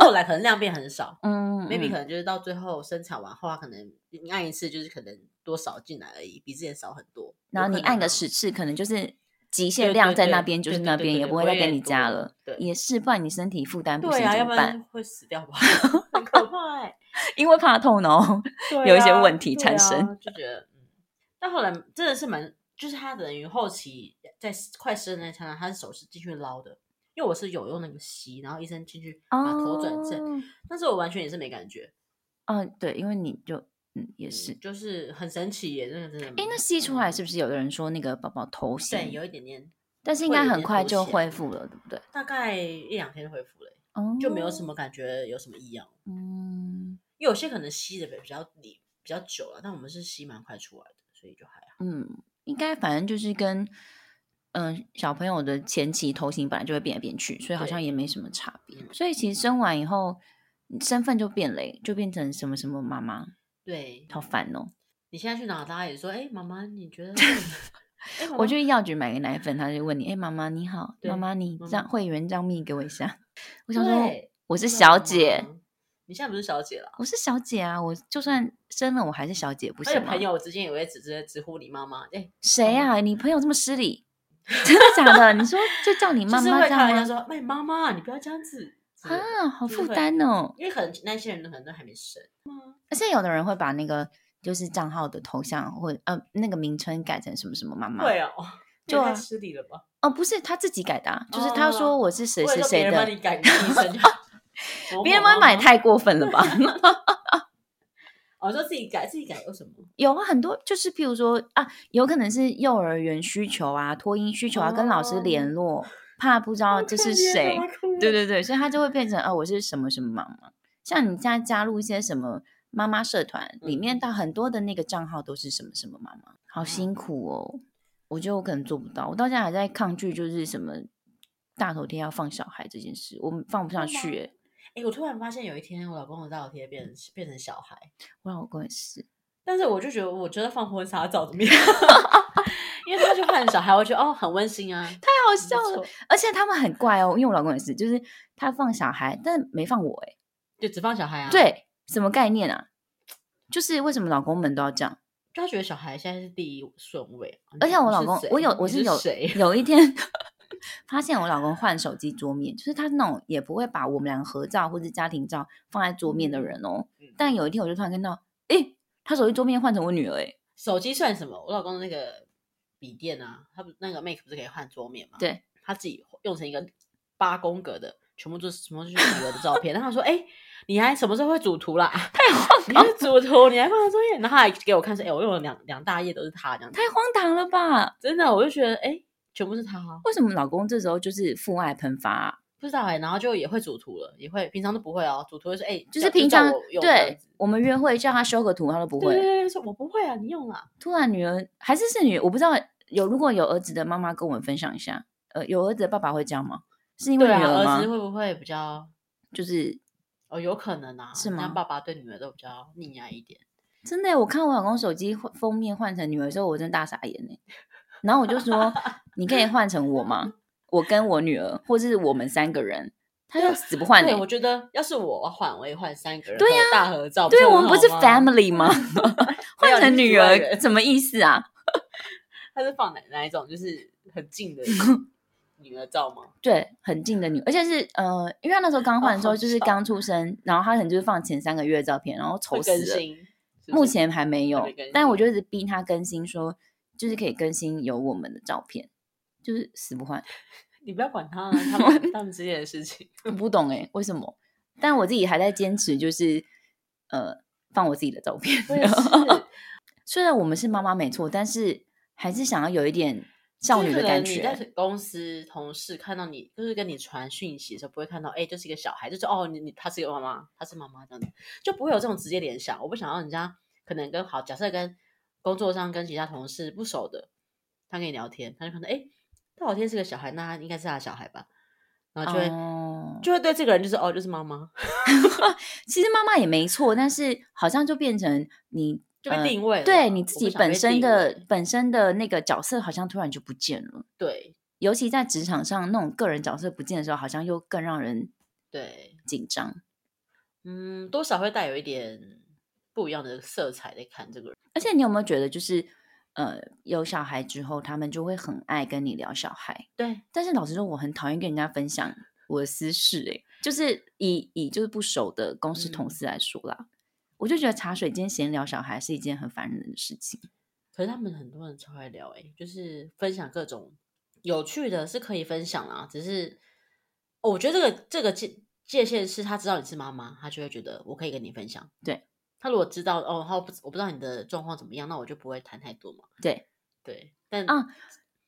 Speaker 3: 后来可能量变很少
Speaker 2: 嗯
Speaker 3: ，maybe
Speaker 2: 嗯
Speaker 3: 可能就是到最后生产完后，它可能你按一次就是可能多少进来而已，比之前少很多。
Speaker 2: 然后
Speaker 3: 有
Speaker 2: 你
Speaker 3: 可能
Speaker 2: 按个
Speaker 3: 啊
Speaker 2: 十次，可能就是极
Speaker 3: 对
Speaker 2: 限
Speaker 3: 对
Speaker 2: 量在
Speaker 3: 对
Speaker 2: 那边，就
Speaker 3: 对
Speaker 2: 是
Speaker 3: 对
Speaker 2: 那
Speaker 3: 对
Speaker 2: 边，
Speaker 3: 对
Speaker 2: 也不会
Speaker 3: 我
Speaker 2: 再
Speaker 3: 也
Speaker 2: 给你
Speaker 3: 多
Speaker 2: 加了。
Speaker 3: 对
Speaker 2: 也是，不然你身体负担不
Speaker 3: 对
Speaker 2: 行
Speaker 3: 啊，
Speaker 2: 怎
Speaker 3: 要
Speaker 2: 么
Speaker 3: 不
Speaker 2: 办
Speaker 3: 然？会死掉吧， 很可怕、欸。
Speaker 2: 因为怕痛哦。
Speaker 3: 对
Speaker 2: 有一些
Speaker 3: 啊
Speaker 2: 问题
Speaker 3: 对
Speaker 2: 产
Speaker 3: 啊
Speaker 2: 生
Speaker 3: 就觉得嗯，但后来真的是蛮，就是他等于后期在快生的那刹那，他是手是进去捞的，因为我是有用那个吸，然后医生进去把头转正，
Speaker 2: 哦
Speaker 3: 但是我完全也是没感觉，
Speaker 2: 哦，对，因为你就嗯也
Speaker 3: 嗯
Speaker 2: 是。
Speaker 3: 就是很神奇耶，真的真的。
Speaker 2: 哎，那吸出来是
Speaker 3: 不
Speaker 2: 不是有的人说那个宝宝头
Speaker 3: 是？
Speaker 2: 型？
Speaker 3: 对，有一点点，
Speaker 2: 但是应
Speaker 3: 会
Speaker 2: 该
Speaker 3: 有
Speaker 2: 很
Speaker 3: 点
Speaker 2: 快
Speaker 3: 头
Speaker 2: 就
Speaker 3: 型
Speaker 2: 恢复了，对不对？
Speaker 3: 大概一两天就恢复了耶，
Speaker 2: 哦，
Speaker 3: 就没有什。么感觉有什么异样，
Speaker 2: 嗯
Speaker 3: 因为有些可能吸的比较你比较久了，但我们是吸蛮快出来的，所以就还好。
Speaker 2: 嗯，应该反正就是跟嗯、小朋友的前期头型本来就会变来变去，所以好
Speaker 3: 对
Speaker 2: 像也没什么差别。
Speaker 3: 嗯
Speaker 2: 所以其实生完以后，你身份就变嘞，就变成什么什么妈妈，
Speaker 3: 对，
Speaker 2: 好烦哦。
Speaker 3: 你现在去哪，大家也说，哎、妈妈，你 觉得？哎妈
Speaker 2: 我
Speaker 3: 妈
Speaker 2: 去药局买个奶粉，他就问你：“哎、妈妈你好，
Speaker 3: 对
Speaker 2: 妈妈你
Speaker 3: 妈妈
Speaker 2: 账会员账密给我一下。” 我想说
Speaker 3: 对
Speaker 2: 我是
Speaker 3: 真的
Speaker 2: 小
Speaker 3: 妈
Speaker 2: 姐，
Speaker 3: 妈你现在不是小姐了，
Speaker 2: 我是小姐啊，我就算生了我还是小姐，不
Speaker 3: 而且
Speaker 2: 是吗
Speaker 3: 朋？友之间也会直接直呼你妈妈，哎、
Speaker 2: 谁
Speaker 3: 妈
Speaker 2: 呀、你朋友这么失礼，真的假的？你 说就叫你妈
Speaker 3: 就是
Speaker 2: 妈
Speaker 3: 会
Speaker 2: 这
Speaker 3: 开玩笑
Speaker 2: 样吗？
Speaker 3: 说，哎，妈妈，你不要这样子之类的
Speaker 2: 啊，好
Speaker 3: 就是
Speaker 2: 负
Speaker 3: 会
Speaker 2: 担哦。
Speaker 3: 因为可能那些人可能都还没生，
Speaker 2: 而且有的人会把那个就是账号的头像或呃那个名称改成什么什么妈妈。
Speaker 3: 会哦，你
Speaker 2: 对
Speaker 3: 也太
Speaker 2: 啊
Speaker 3: 失礼了吧？
Speaker 2: 哦，不是他自己改的、啊，就是他说
Speaker 3: 哦
Speaker 2: 我是谁
Speaker 3: 我
Speaker 2: 谁
Speaker 3: 也说
Speaker 2: 谁
Speaker 3: 别人
Speaker 2: 的
Speaker 3: 帮，你改哦你医生 就某
Speaker 2: 别人
Speaker 3: 某
Speaker 2: 帮
Speaker 3: 妈
Speaker 2: 买
Speaker 3: 妈，
Speaker 2: 太过分了吧？
Speaker 3: 哦，说自己改自己改有什么？
Speaker 2: 有啊，很多就是譬如说啊，有可能是幼儿园需求啊、托婴需求啊，跟老师
Speaker 3: 哦
Speaker 2: 联络，怕不知道哦这是谁。对对对，所以他就会变成哦，我是什么什么妈妈。像你现在加入一些什么妈妈社团，里面
Speaker 3: 嗯
Speaker 2: 到很多的那个账号都是什么什么妈妈，好
Speaker 3: 啊
Speaker 2: 辛苦哦。我觉得我可能做不到，我到现在还在抗拒，就是什么大头贴要放小孩这件事，我放不下
Speaker 3: 真的
Speaker 2: 去、
Speaker 3: 吗
Speaker 2: 欸。
Speaker 3: 哎、我突然发现有一天我老公的照贴变成变成小孩。
Speaker 2: 我老公也是，
Speaker 3: 但是我就觉得，我觉得放婚纱照怎么样？ 因为他就换小孩，我觉得哦很温馨啊，
Speaker 2: 太好
Speaker 3: 不
Speaker 2: 笑了。
Speaker 3: 错，
Speaker 2: 而且他们很怪哦，因为我老公也是，就是他放小孩，但没放我、欸。
Speaker 3: 就只放小孩啊。，
Speaker 2: 对，什么概念啊？就是为什么老公们都要这样？
Speaker 3: 就他觉得小孩现在是第一顺位。啊
Speaker 2: 而且我老
Speaker 3: 你
Speaker 2: 公
Speaker 3: 是谁，
Speaker 2: 我有我
Speaker 3: 你
Speaker 2: 是
Speaker 3: 是
Speaker 2: 有
Speaker 3: 谁？
Speaker 2: 有一天发现我老公换手机桌面，就是他那种也不会把我们俩合照或者家庭照放在桌面的人哦。
Speaker 3: 嗯
Speaker 2: 但有一天我就突然看到，诶、他手机桌面换成我女儿、诶，
Speaker 3: 手机算什么？我老公的那个笔电啊，他不那个 Mac 不是可以换桌面吗？
Speaker 2: 对，
Speaker 3: 他自己用成一个八宫格的，全部都是全部都是女儿的照片。然后 他说：“哎、你还什么时候会主图啦？ 你会主图，你还放在桌面？”然后他还给我看说：“哎、我用了两两大页都是他这样子。
Speaker 2: 太荒唐了吧？
Speaker 3: 真的，我就觉得哎、全部是他、啊。
Speaker 2: 为什么老公这时候就是父爱喷发啊、
Speaker 3: 不知道哎、然后就也会主图了，也会平常都不会哦，主图就是哎、
Speaker 2: 就是
Speaker 3: 叫
Speaker 2: 平
Speaker 3: 叫
Speaker 2: 常
Speaker 3: 我用这样
Speaker 2: 对
Speaker 3: 子
Speaker 2: 我们约会叫他修个图，他都不
Speaker 3: 对对
Speaker 2: 会。
Speaker 3: 对，说我不会啊，你用啦，
Speaker 2: 突然女儿还是是女儿，我不知道有如果有儿子的妈妈跟我们分享一下，呃，有儿子的爸爸会这样吗？是因为
Speaker 3: 对
Speaker 2: 女
Speaker 3: 啊，
Speaker 2: 儿吗？
Speaker 3: 儿子会不会比较
Speaker 2: 就是
Speaker 3: 哦，有可能啊，
Speaker 2: 是
Speaker 3: 那
Speaker 2: 吗
Speaker 3: 爸爸对女儿都比较溺爱一点，
Speaker 2: 真的耶，我看我老公手机换封面换成女儿的时候，我真的大傻眼呢。然后我就说：“你可以换成我吗？我跟我女儿，或是我们三个人。”他就死不换
Speaker 3: 对，
Speaker 2: 耶
Speaker 3: 我觉得要是我要换，我也换三个人，
Speaker 2: 对
Speaker 3: 呀、大合照，
Speaker 2: 对
Speaker 3: 很
Speaker 2: 我们不
Speaker 3: 好
Speaker 2: 是
Speaker 3: 吗
Speaker 2: family 吗？
Speaker 3: 没有
Speaker 2: 换成
Speaker 3: 你是
Speaker 2: 女
Speaker 3: 局外
Speaker 2: 儿
Speaker 3: 人
Speaker 2: 什么意思啊？
Speaker 3: 他是放哪哪一种，就是很近 的女儿照吗？
Speaker 2: 对，很近的女，而且是呃，因为他那时候刚换的时候
Speaker 3: 哦好
Speaker 2: 就是
Speaker 3: 巧
Speaker 2: 刚出生，然后他可能就是放前三个月的照片，然后
Speaker 3: 会
Speaker 2: 丑死
Speaker 3: 更
Speaker 2: 了。
Speaker 3: 新，是不
Speaker 2: 目
Speaker 3: 是
Speaker 2: 前还没有
Speaker 3: 没更，
Speaker 2: 但我
Speaker 3: 新
Speaker 2: 就一直逼他更新说，就是可以更新有我们的照片，就是死不换。
Speaker 3: 你不要管 他、啊，他们他们之间的事情，
Speaker 2: 我不懂哎、为什么？但我自己还在坚持，就是呃，放我自己的照片。
Speaker 3: 我也是。
Speaker 2: 虽然我们是妈妈没错，但是还是想要有一点少
Speaker 3: 就是
Speaker 2: 女
Speaker 3: 可
Speaker 2: 的
Speaker 3: 能
Speaker 2: 感
Speaker 3: 你在
Speaker 2: 觉。
Speaker 3: 公司同事看到你，就是跟你传讯息的时候，不会看到，哎、这是一个小孩，就是哦，你你他是一个妈妈，他是妈妈这样子，就不会有这种直接联想。我不想让人家可能跟好，假设跟工作上跟其他同事不熟的，他跟你聊天，他就可能哎，大老天是个小孩，那他应该是他的小孩吧。然后就会、
Speaker 2: 哦
Speaker 3: 就会对这个人就是哦，就是妈妈，
Speaker 2: 其实妈妈也没错，但是好像就变成你
Speaker 3: 就被
Speaker 2: 呃
Speaker 3: 定位了
Speaker 2: 对
Speaker 3: 嘛
Speaker 2: 你
Speaker 3: 我
Speaker 2: 自
Speaker 3: 不
Speaker 2: 己
Speaker 3: 想
Speaker 2: 本
Speaker 3: 被
Speaker 2: 身
Speaker 3: 定
Speaker 2: 的
Speaker 3: 位
Speaker 2: 本身的那个角色好像突然就不见了，
Speaker 3: 对
Speaker 2: 尤其在职场上那种个人角色不见的时候，好像又更让人
Speaker 3: 对，
Speaker 2: 紧张。
Speaker 3: 嗯，多少会带有一点不一样的色彩在看这个人。
Speaker 2: 而且你有没有觉得，就是呃，有小孩之后，他们就会很爱跟你聊小孩，
Speaker 3: 对，
Speaker 2: 但是老实说，我很讨厌跟人家分享我的私事、欸，就是以以就是不熟的公司同
Speaker 3: 嗯
Speaker 2: 事来说啦，我就觉得茶水间闲聊小孩是一件很烦人的事情。
Speaker 3: 可是他们很多人超爱聊、欸，就是分享各种有趣的，是可以分享啦。只是，哦，我觉得这个这个界界限是他知道你是妈妈，他就会觉得我可以跟你分享。
Speaker 2: 对，
Speaker 3: 他如果知道哦，他不我不知道你的状况怎么样，那我就不会谈太多嘛。
Speaker 2: 对
Speaker 3: 对，但
Speaker 2: 啊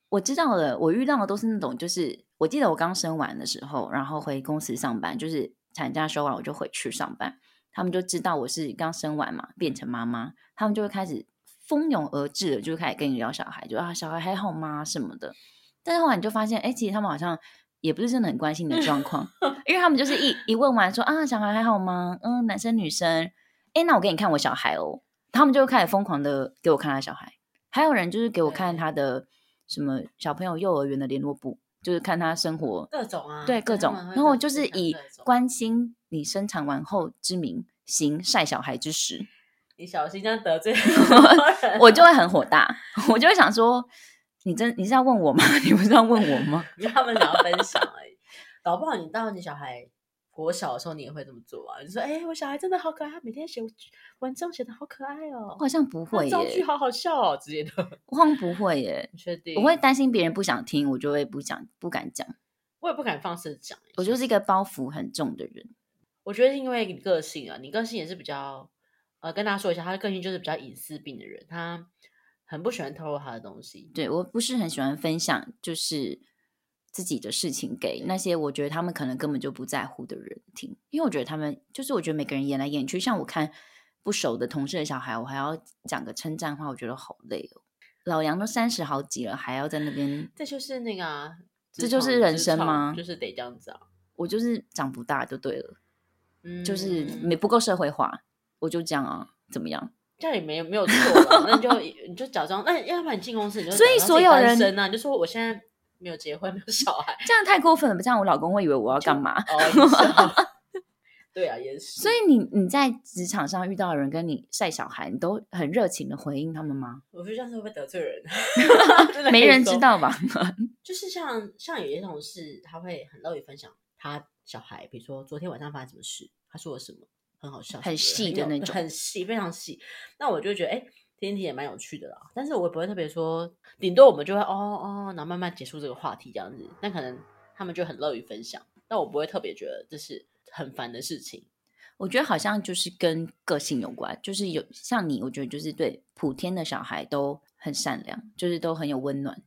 Speaker 2: 我知道了，我遇到的都是那种，就是我记得我刚生完的时候，然后回公司上班，就是产假休完我就回去上班，他们就知道我是刚生完嘛，变成妈妈，他们就会开始蜂拥而至的，就开始跟你聊小孩，就啊小孩还好吗什么的。但是后来你就发现，哎、其实他们好像也不是真的很关心你 的状况，因为他们就是一一问完说啊小孩还好吗？嗯，男生女生，哎、那我给你看我小孩哦，他们就会开始疯狂的给我看他小孩。还有人就是给我看
Speaker 3: 对
Speaker 2: 他的什么小朋友幼儿园的联络簿，就是看他生活
Speaker 3: 各种啊，
Speaker 2: 对各
Speaker 3: 他
Speaker 2: 种
Speaker 3: 们，会
Speaker 2: 然后我
Speaker 3: 分
Speaker 2: 就是
Speaker 3: 分享
Speaker 2: 以
Speaker 3: 各种
Speaker 2: 关心你生产完后之名行晒小孩之 实，
Speaker 3: 你小心这样得罪很多人
Speaker 2: 我就会很火大，我就会想说，你真你是要问我吗？ 你不是要问我吗？
Speaker 3: 因为他们想要分享而已。搞不好你到你小孩国小的时候，你也会这么做啊？你说，哎、我小孩真的好可爱，他每天写文章写的好可爱哦
Speaker 2: 我，好像不
Speaker 3: 他
Speaker 2: 会
Speaker 3: 造句
Speaker 2: 耶，
Speaker 3: 好好笑哦之类的。
Speaker 2: 我好像不会耶，
Speaker 3: 你 确定？
Speaker 2: 我会，担心别人不想听，我就会不想不敢讲，
Speaker 3: 我也不敢放肆讲、
Speaker 2: 我就是一个包袱很重的人。
Speaker 3: 我觉得是因为你个性啊，你个性也是比较，呃，跟大家说一下，他的个性就是比较隐私病的人，他很不喜欢透露他的东西。
Speaker 2: 对我不是很喜欢分享，就是自己的事情给那些我觉得他们可能根本就不在乎的人听，因为我觉得他们就是我觉得每个人演来演去，像我看不熟的同事的小孩，我还要讲个称赞话，我觉得好累哦。老杨都三十好几了，还要在那边，
Speaker 3: 这就是那个、啊，
Speaker 2: 这
Speaker 3: 职
Speaker 2: 就
Speaker 3: 场
Speaker 2: 是人
Speaker 3: 职
Speaker 2: 生
Speaker 3: 场
Speaker 2: 吗
Speaker 3: 就是得这样子啊，
Speaker 2: 我就是长不大就对了，就是
Speaker 3: 嗯
Speaker 2: 没不够社会化，我就这样啊，怎么样？
Speaker 3: 这样也没有没有错啦，那 你就你就假装，那要不然你进公司你就
Speaker 2: 所以
Speaker 3: 假装
Speaker 2: 所
Speaker 3: 自己
Speaker 2: 有
Speaker 3: 单
Speaker 2: 人
Speaker 3: 身啊，你就说我现在没有结婚，没有小孩，
Speaker 2: 这样太过分了吧，这样我老公会以为我要干嘛？
Speaker 3: 哦，也是哦 对啊，也是。
Speaker 2: 所以你你在职场上遇到的人跟你晒小孩，你都很热情的回应他们吗？
Speaker 3: 我觉得这样子会不会得罪人？ 真的
Speaker 2: 没
Speaker 3: 可以
Speaker 2: 人知
Speaker 3: 说，
Speaker 2: 道吧？
Speaker 3: 就是像像有些同事，他会很乐于分享他小孩，比如说昨天晚上发生什么事，他说了什么，很好笑什么，
Speaker 2: 很细的
Speaker 3: 有
Speaker 2: 那种
Speaker 3: 很细，非常细。那我就会觉得，哎、天天也蛮有趣的啦，但是我也不会特别说，顶多我们就会哦哦，然后慢慢结束这个话题这样子。那可能他们就很乐于分享，但我不会特别觉得这是很烦的事情。
Speaker 2: 我觉得好像就是跟个性有关，就是有像你，我觉得就是对普天的小孩都很善良，就是都很有温暖。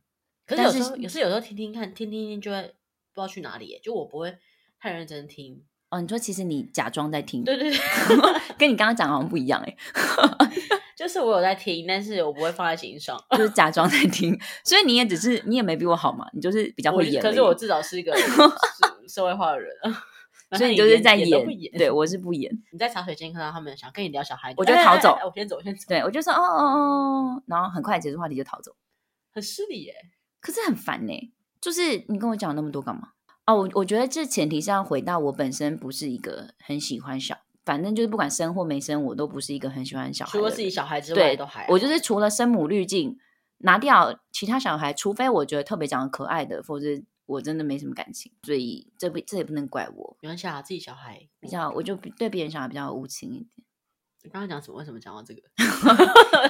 Speaker 3: 可是
Speaker 2: 但
Speaker 3: 有
Speaker 2: 是
Speaker 3: 时候，有时候有时候听听看，听听听就会不知道去哪里耶，就我不会太认真听。
Speaker 2: 哦，你说其实你假装在听，
Speaker 3: 对对 对，
Speaker 2: 跟你刚刚讲好像不一样哎、
Speaker 3: 就是我有在听，但是我不会放在心上。
Speaker 2: 就是假装在听，所以你也只是你也没比我好嘛，你就是比较
Speaker 3: 我
Speaker 2: 会演而
Speaker 3: 可
Speaker 2: 已，
Speaker 3: 是我至少是 一个社社会化的人，啊
Speaker 2: 所以你
Speaker 3: 你
Speaker 2: 就是在
Speaker 3: 演，都不演
Speaker 2: 对我是不演，
Speaker 3: 你在茶水间看到他们想跟你聊小孩，
Speaker 2: 我就
Speaker 3: 哎
Speaker 2: 逃
Speaker 3: 哎哎
Speaker 2: 走
Speaker 3: 哎我先走，我先走，
Speaker 2: 对我就说哦哦哦，然后很快结束话题就逃走，
Speaker 3: 很失礼耶。
Speaker 2: 可是很烦呢、就是你跟我讲那么多干嘛？哦，我我觉得这前提是要回到我本身不是一个很喜欢小，反正就是不管生或没生，我都不是一个很喜欢小孩的
Speaker 3: 除
Speaker 2: 人。
Speaker 3: 了自己小孩之外
Speaker 2: 对
Speaker 3: 都还，
Speaker 2: 我就是除了生母滤镜拿掉，其他小孩，除非我觉得特别讲得可爱的，否则我真的没什么感情。所以这不这也不能怪我，
Speaker 3: 没关系啊，自己小孩
Speaker 2: 比较我就比对别人小孩比较无情一 点。
Speaker 3: 你刚刚讲什么？为什么讲到这个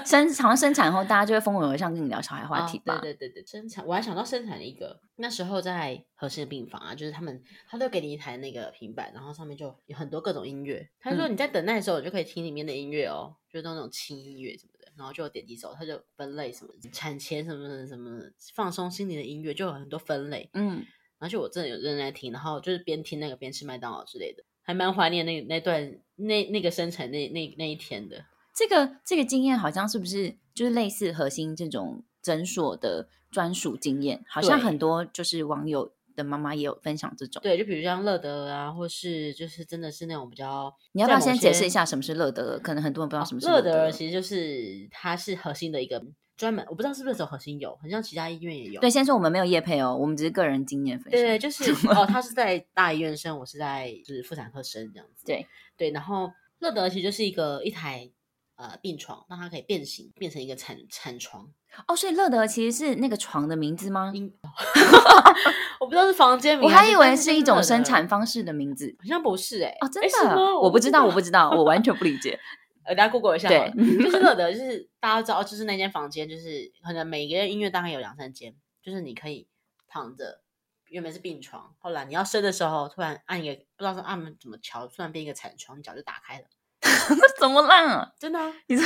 Speaker 2: 生好像生产后，大家就会蜂拥而上跟你聊小孩话
Speaker 3: 啊
Speaker 2: 题吧。
Speaker 3: 对对对对，生产我还想到生产的一个，那时候在核心的病房啊，就是他们他都给你一台那个平板，然后上面就有很多各种音乐。他就说
Speaker 2: 嗯
Speaker 3: 你在等待的时候，你就可以听里面的音乐哦，就是那种轻音乐什么的。然后就有点几首，它就分类什么产前什么什么什么放松心灵的音乐，就有很多分类。
Speaker 2: 嗯，
Speaker 3: 而且我真的有认真在听，然后就是边听那个边吃麦当劳之类的，还蛮怀念那那段那那个生产那那那一天的。
Speaker 2: 这个这个经验好像是不是就是类似核心这种诊所的专属经验？好像
Speaker 3: 对
Speaker 2: 很多就是网友的妈妈也有分享这种。
Speaker 3: 对，就比如像乐德啊，或是就是真的是那种比较
Speaker 2: 你要不要
Speaker 3: 在某
Speaker 2: 先
Speaker 3: 些哦
Speaker 2: 解释一下什么是乐德？可能很多人不知道什么是
Speaker 3: 乐
Speaker 2: 德。
Speaker 3: 德其实就是它是核心的一个专门，我不知道是不是只有核心有，很像其他医院也有。
Speaker 2: 对，先说我们没有业配哦，我们只是个人经验分享。
Speaker 3: 对 对，就是哦，他是在大医院生，我是在就是妇产科生这样子。
Speaker 2: 对
Speaker 3: 对，然后乐德其实就是一个一台呃病床，让它可以变形变成一个产产床，
Speaker 2: 哦，所以乐德其实是那个床的名字吗？
Speaker 3: 我不知道是房间名
Speaker 2: 我
Speaker 3: 还
Speaker 2: 还
Speaker 3: 是，
Speaker 2: 以
Speaker 3: 但
Speaker 2: 为是
Speaker 3: 就
Speaker 2: 一种
Speaker 3: 乐
Speaker 2: 生
Speaker 3: 德
Speaker 2: 产方式的名字
Speaker 3: 好像不是哎、欸，
Speaker 2: 哦，真
Speaker 3: 诶是
Speaker 2: 的
Speaker 3: 吗，
Speaker 2: 我不知道，我
Speaker 3: 我
Speaker 2: 不知道，我完全不理解。
Speaker 3: 呃，大家 Google 一下好
Speaker 2: 对
Speaker 3: 了，就是乐德，就是大家知道，哦就是那间房间，就是可能每个人音乐大概有两三间，就是你可以躺着，原本是病床，后来你要生的时候，突然按一个不知道是按怎么瞧，突然变一个产床，你脚就打开了，
Speaker 2: 怎么啦？
Speaker 3: 真的、啊，
Speaker 2: 你说，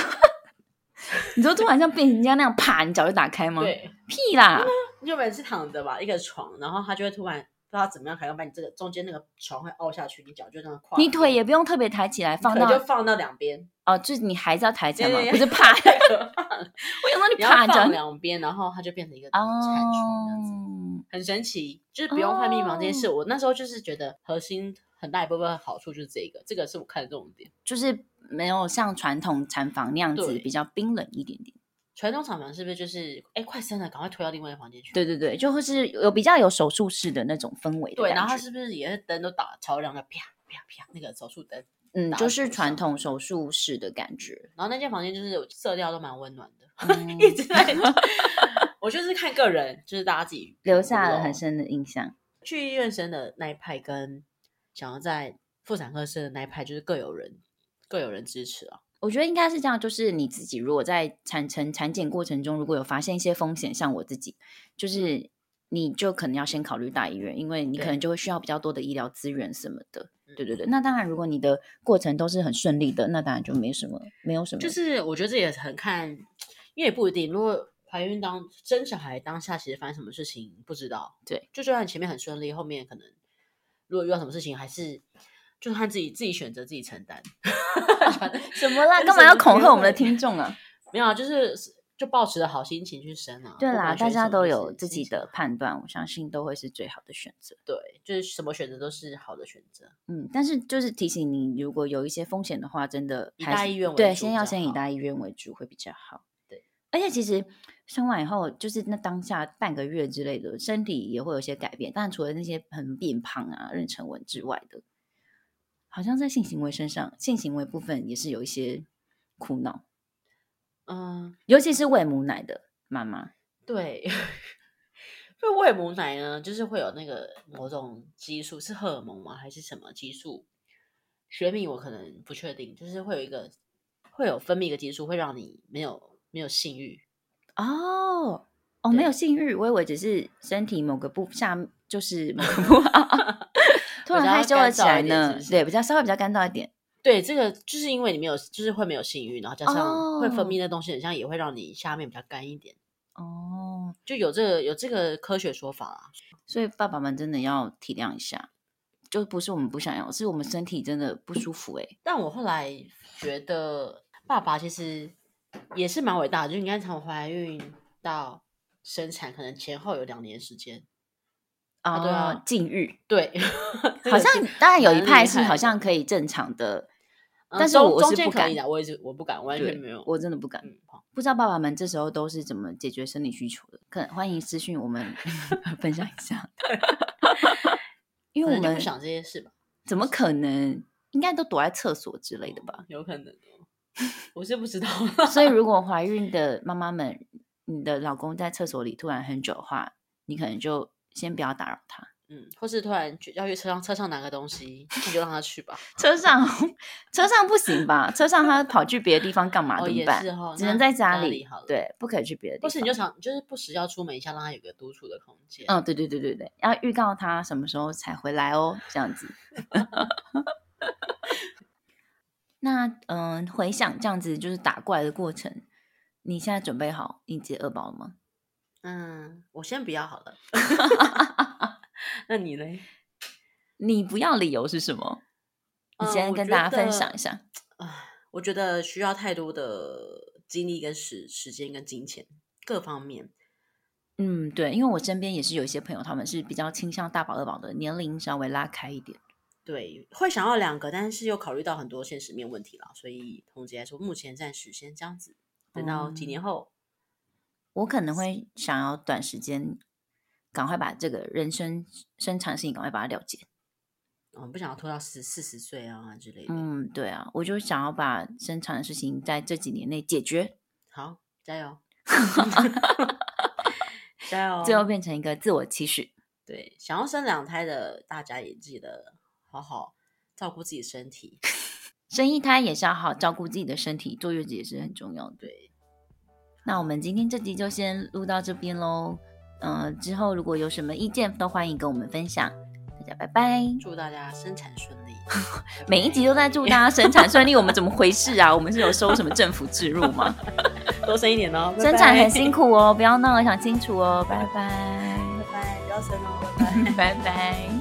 Speaker 2: 你说突然像变形金刚那样，啪，你脚就打开吗？
Speaker 3: 对，
Speaker 2: 屁 啦！
Speaker 3: 原本是躺着吧，一个床，然后它就会突然不知道怎么样，可能把你这个中间那个床会凹下去，你脚就这样跨，
Speaker 2: 你腿也不用特别抬起来，放
Speaker 3: 可能
Speaker 2: 到
Speaker 3: 就放到两 边，
Speaker 2: 哦，就是你还是要抬起来嘛
Speaker 3: 对，对
Speaker 2: 不是啪。
Speaker 3: 对
Speaker 2: 我想说你哦
Speaker 3: 你要
Speaker 2: 啪脚
Speaker 3: 放两边，然后它就变成一个产床这样子。
Speaker 2: 哦，
Speaker 3: 很神奇，就是不用换病房这件事。我那时候就是觉得核心很大一部分好处就是这个，这个是我看的重点。
Speaker 2: 就是没有像传统产房那样子
Speaker 3: 对
Speaker 2: 比较冰冷一点点。
Speaker 3: 传统产房是不是就是哎快生了，赶快推到另外一个房间去？
Speaker 2: 对对对，就会是有比较有手术室的那种氛围的
Speaker 3: 对，
Speaker 2: 感
Speaker 3: 然后它
Speaker 2: 觉
Speaker 3: 是不是也是灯都打超亮的，啪啪啪那个手术灯？
Speaker 2: 嗯，
Speaker 3: 打
Speaker 2: 就是
Speaker 3: 手
Speaker 2: 传
Speaker 3: 上
Speaker 2: 统手术室的感觉。
Speaker 3: 然后那间房间就是有色调都蛮温暖的，
Speaker 2: 嗯
Speaker 3: 一直在。 我就是看个人，就是大家自己
Speaker 2: 留下了
Speaker 3: 评估咯
Speaker 2: 很。深的印象。
Speaker 3: 去医院生的那一派跟想要在妇产科生的那一派，就是各有人各有人支持啊。
Speaker 2: 我觉得应该是这样，就是你自己如果在产程产检过程中，如果有发现一些风险，像我自己，就是你就可能要先考虑大医院，因为你可
Speaker 3: 对
Speaker 2: 能就会需要比较多的医疗资源什么的。
Speaker 3: 嗯
Speaker 2: 对对对，那当然，如果你的过程都是很顺利的，那当然就没什么，没有什么。
Speaker 3: 就是我觉得这也很看，因为也不一定。如果怀孕当生小孩当下，其实发生什么事情不知道。
Speaker 2: 对，
Speaker 3: 就算前面很顺利，后面可能如果遇到什么事情，还是就看自己自己选择自己承担。
Speaker 2: 什么啦？
Speaker 3: 但是
Speaker 2: 干嘛要
Speaker 3: 我们
Speaker 2: 恐
Speaker 3: 不
Speaker 2: 吓我们
Speaker 3: 会
Speaker 2: 的听众 啊？
Speaker 3: 没有啊，就是就抱持着好心情去生啊。
Speaker 2: 对
Speaker 3: 不
Speaker 2: 啦，
Speaker 3: 管
Speaker 2: 大
Speaker 3: 选什
Speaker 2: 家
Speaker 3: 么
Speaker 2: 都
Speaker 3: 就是
Speaker 2: 有自
Speaker 3: 心
Speaker 2: 己
Speaker 3: 情
Speaker 2: 的判断，我相信都会是最好的选择。
Speaker 3: 对，就是什么选择都是好的选择。
Speaker 2: 嗯，但是就是提醒你，如果有一些风险的话，真的
Speaker 3: 以
Speaker 2: 还
Speaker 3: 大
Speaker 2: 是
Speaker 3: 医院为
Speaker 2: 对，
Speaker 3: 主
Speaker 2: 先
Speaker 3: 比
Speaker 2: 要
Speaker 3: 较
Speaker 2: 先以
Speaker 3: 好
Speaker 2: 大医院为主会比较好。
Speaker 3: 对，
Speaker 2: 而且其实生完以后，就是那当下半个月之类的，身体也会有些改变。但除了那些很变胖啊、妊娠纹之外的，好像在性行为身上，性行为部分也是有一些苦恼，
Speaker 3: 嗯，
Speaker 2: 尤其是喂母奶的妈妈。
Speaker 3: 对。 就喂母奶呢，就是会有那个某种激素，是荷尔蒙吗？还是什么激素？学名我可能不确定，就是会有一个会有分泌一个激素，会让你没有没有性欲。
Speaker 2: 哦哦，没有
Speaker 3: 对
Speaker 2: 性欲，我以为只是身体某个部下面，就是某个 部，突
Speaker 3: 比
Speaker 2: 然
Speaker 3: 较
Speaker 2: 害羞了
Speaker 3: 干
Speaker 2: 起
Speaker 3: 燥一
Speaker 2: 来
Speaker 3: 点
Speaker 2: 呢。
Speaker 3: 是不是
Speaker 2: 对，比较稍微比较干燥一点。
Speaker 3: 对，这个就是因为你没有，就是会没有性欲，然后加上会
Speaker 2: 哦
Speaker 3: 分泌的东西，很像也会让你下面比较干一点，
Speaker 2: 哦，
Speaker 3: 就有这个有这个科学说法啊啦。
Speaker 2: 所以爸爸们真的要体谅一下，就不是我们不想要，是我们身体真的不舒服哎、
Speaker 3: 但我后来觉得，爸爸其实也是蛮伟大的，就你看从怀孕到生产，可能前后有两年时间。啊对啊
Speaker 2: 哦禁欲
Speaker 3: 对，这
Speaker 2: 好
Speaker 3: 个
Speaker 2: 像
Speaker 3: 是
Speaker 2: 当然有一
Speaker 3: 蛮
Speaker 2: 派
Speaker 3: 厉
Speaker 2: 是
Speaker 3: 害
Speaker 2: 好
Speaker 3: 的
Speaker 2: 像可以正常的，
Speaker 3: 嗯
Speaker 2: 但是
Speaker 3: 中
Speaker 2: 我
Speaker 3: 中
Speaker 2: 是
Speaker 3: 间
Speaker 2: 不
Speaker 3: 可以
Speaker 2: 敢
Speaker 3: 的，我也是我不敢，完
Speaker 2: 对
Speaker 3: 全没有。
Speaker 2: 我真的不敢。
Speaker 3: 嗯，好
Speaker 2: 不知道爸爸们这时候都是怎么解决生理需求的？可欢迎私讯我们 分享一下，因
Speaker 3: 可
Speaker 2: 为我
Speaker 3: 能就不
Speaker 2: 们
Speaker 3: 想这些事吧，
Speaker 2: 怎么可能？应该都躲在厕所之类的吧。
Speaker 3: 有可 能哦，我是不知道。
Speaker 2: 所以，如果怀孕的妈妈们，你的老公在厕所里突然很久的话，你可能就先不要打扰他。
Speaker 3: 嗯，或是突然去要去车上，车上拿个东西，那就让 他去吧。
Speaker 2: 车上，车上不行吧？车上他跑去别的地方干嘛？
Speaker 3: 哦，
Speaker 2: 怎么
Speaker 3: 也
Speaker 2: 办
Speaker 3: 是？哈，
Speaker 2: 只
Speaker 3: 那
Speaker 2: 能在家
Speaker 3: 里
Speaker 2: 里
Speaker 3: 好了。，
Speaker 2: 对，不可以去别的地
Speaker 3: 或
Speaker 2: 方。
Speaker 3: 是你就想，就是不时要出门一下，让他有个独处的空间。
Speaker 2: 嗯，对对对对对，要预告他什么时候才回来哦，这样子。 那嗯，回想这样子就是打怪的过程，你现在准备好迎接二宝了吗？
Speaker 3: 嗯，我先不要好 了。 那你呢？
Speaker 2: 你不要理由是什么？你
Speaker 3: 嗯
Speaker 2: 先
Speaker 3: 我
Speaker 2: 跟
Speaker 3: 觉
Speaker 2: 大家分享
Speaker 3: 得
Speaker 2: 一下。
Speaker 3: 啊，我觉得需要太多的精力跟时时间跟金钱各方面，
Speaker 2: 嗯，对，因为我身边也是有一些朋友，他们是比较倾向大宝二宝的，年龄稍微拉开一点。
Speaker 3: 对，会想要两个，但是又考虑到很多现实面问题啦，所以统计来说，目前暂时先这样子，等到几
Speaker 2: 哦
Speaker 3: 年后，
Speaker 2: 我可能会想要短时间赶快把这个人生生产性赶快把它了结。
Speaker 3: 嗯，不想要拖到十四十岁啊之类的。
Speaker 2: 嗯，对啊，我就想要把生产的事情在这几年内解决，
Speaker 3: 好，加油， 加油！哦
Speaker 2: 最后变成一个自我期许。
Speaker 3: 对，想要生两胎的大家也记得好好照顾自己身体。
Speaker 2: 生一胎也是要好好照顾自己的身体，坐月子也是很重要的。
Speaker 3: 对，
Speaker 2: 那我们今天这集就先录到这边喽。呃，之后如果有什么意见，都欢迎跟我们分享。大家拜拜！。
Speaker 3: 祝大家生产顺利
Speaker 2: 每一集都在祝大家生产顺利，我们怎么回事啊？我们是有收什么政府置入吗？
Speaker 3: 多生一点哦，拜
Speaker 2: 生产
Speaker 3: 拜
Speaker 2: 很辛，苦哦，不要闹了，想清楚哦，拜拜，
Speaker 3: 拜拜，不要生哦，拜 拜。
Speaker 2: 拜拜。